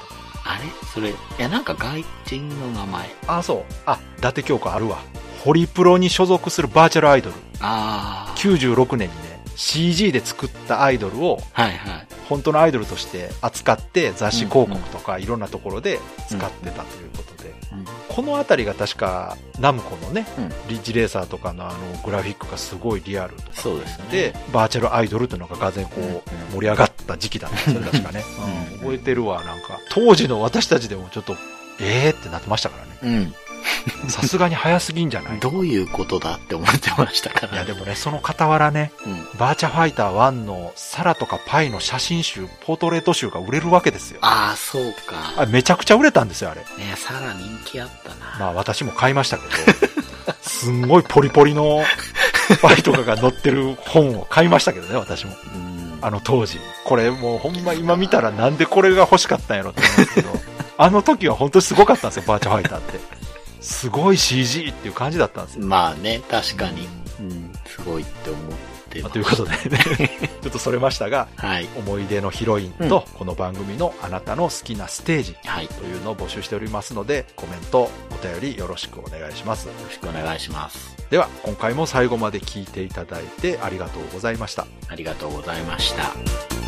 C: あれそれ、いや、なんか外人の名前。
B: た。あ、そう。あ、伊達京子あるわ。ホリプロに所属するバーチャルアイドル。
C: あー。
B: 96年にね CG で作ったアイドルを
C: はいはい。
B: 本当のアイドルとして扱って雑誌広告とかいろんなところで使ってたということで、
C: うん
B: この辺りが確かナムコのね、
C: うん
B: リッジレーサーとかのあのグラフィックがすごいリアルとか
C: そうですね。
B: で、バーチャルアイドルというのががぜこ
C: うんうん
B: う盛り上がった時期だったんですよね確かね、
C: うん
B: 覚えてるわなんか当時の私たちでもちょっとえーってなってましたからね。
C: うん。
B: さすがに早すぎんじゃない
C: どういうことだって思ってましたか
B: い
C: ら
B: やで
C: ね。
B: もね、その傍らね、
C: うん。
B: バーチャファイター1のサラとかパイの写真集、ポートレート集が売れるわけですよ。
C: ああ、そうか。
B: あめちゃくちゃ売れたんですよ、あれ。
C: ねサラ人気あったな。
B: まあ私も買いましたけど、すんごいポリポリのパイとかが載ってる本を買いましたけどね、私も。
C: うん。
B: あの当時。これもうほんま今見たらなんでこれが欲しかったんやろって思うんですけど、あの時は本当にすごかったんですよ、バーチャファイターって。すごい CG っていう感じだったんですよ。
C: まあね、確かに。うん。すごいって思って
B: まあ
C: ます
B: ということでね、 ちょっとそれましたが、
C: はい。
B: 思い出のヒロインと、この番組のあなたの好きなステージ
C: はい。よ
B: というのを募集しておりますので、コメント、お便りよろしくお願いします。
C: ろしくお願いします。
B: では、今回も最後まで聞いていただいてありがとうございました。
C: ありがとうございました。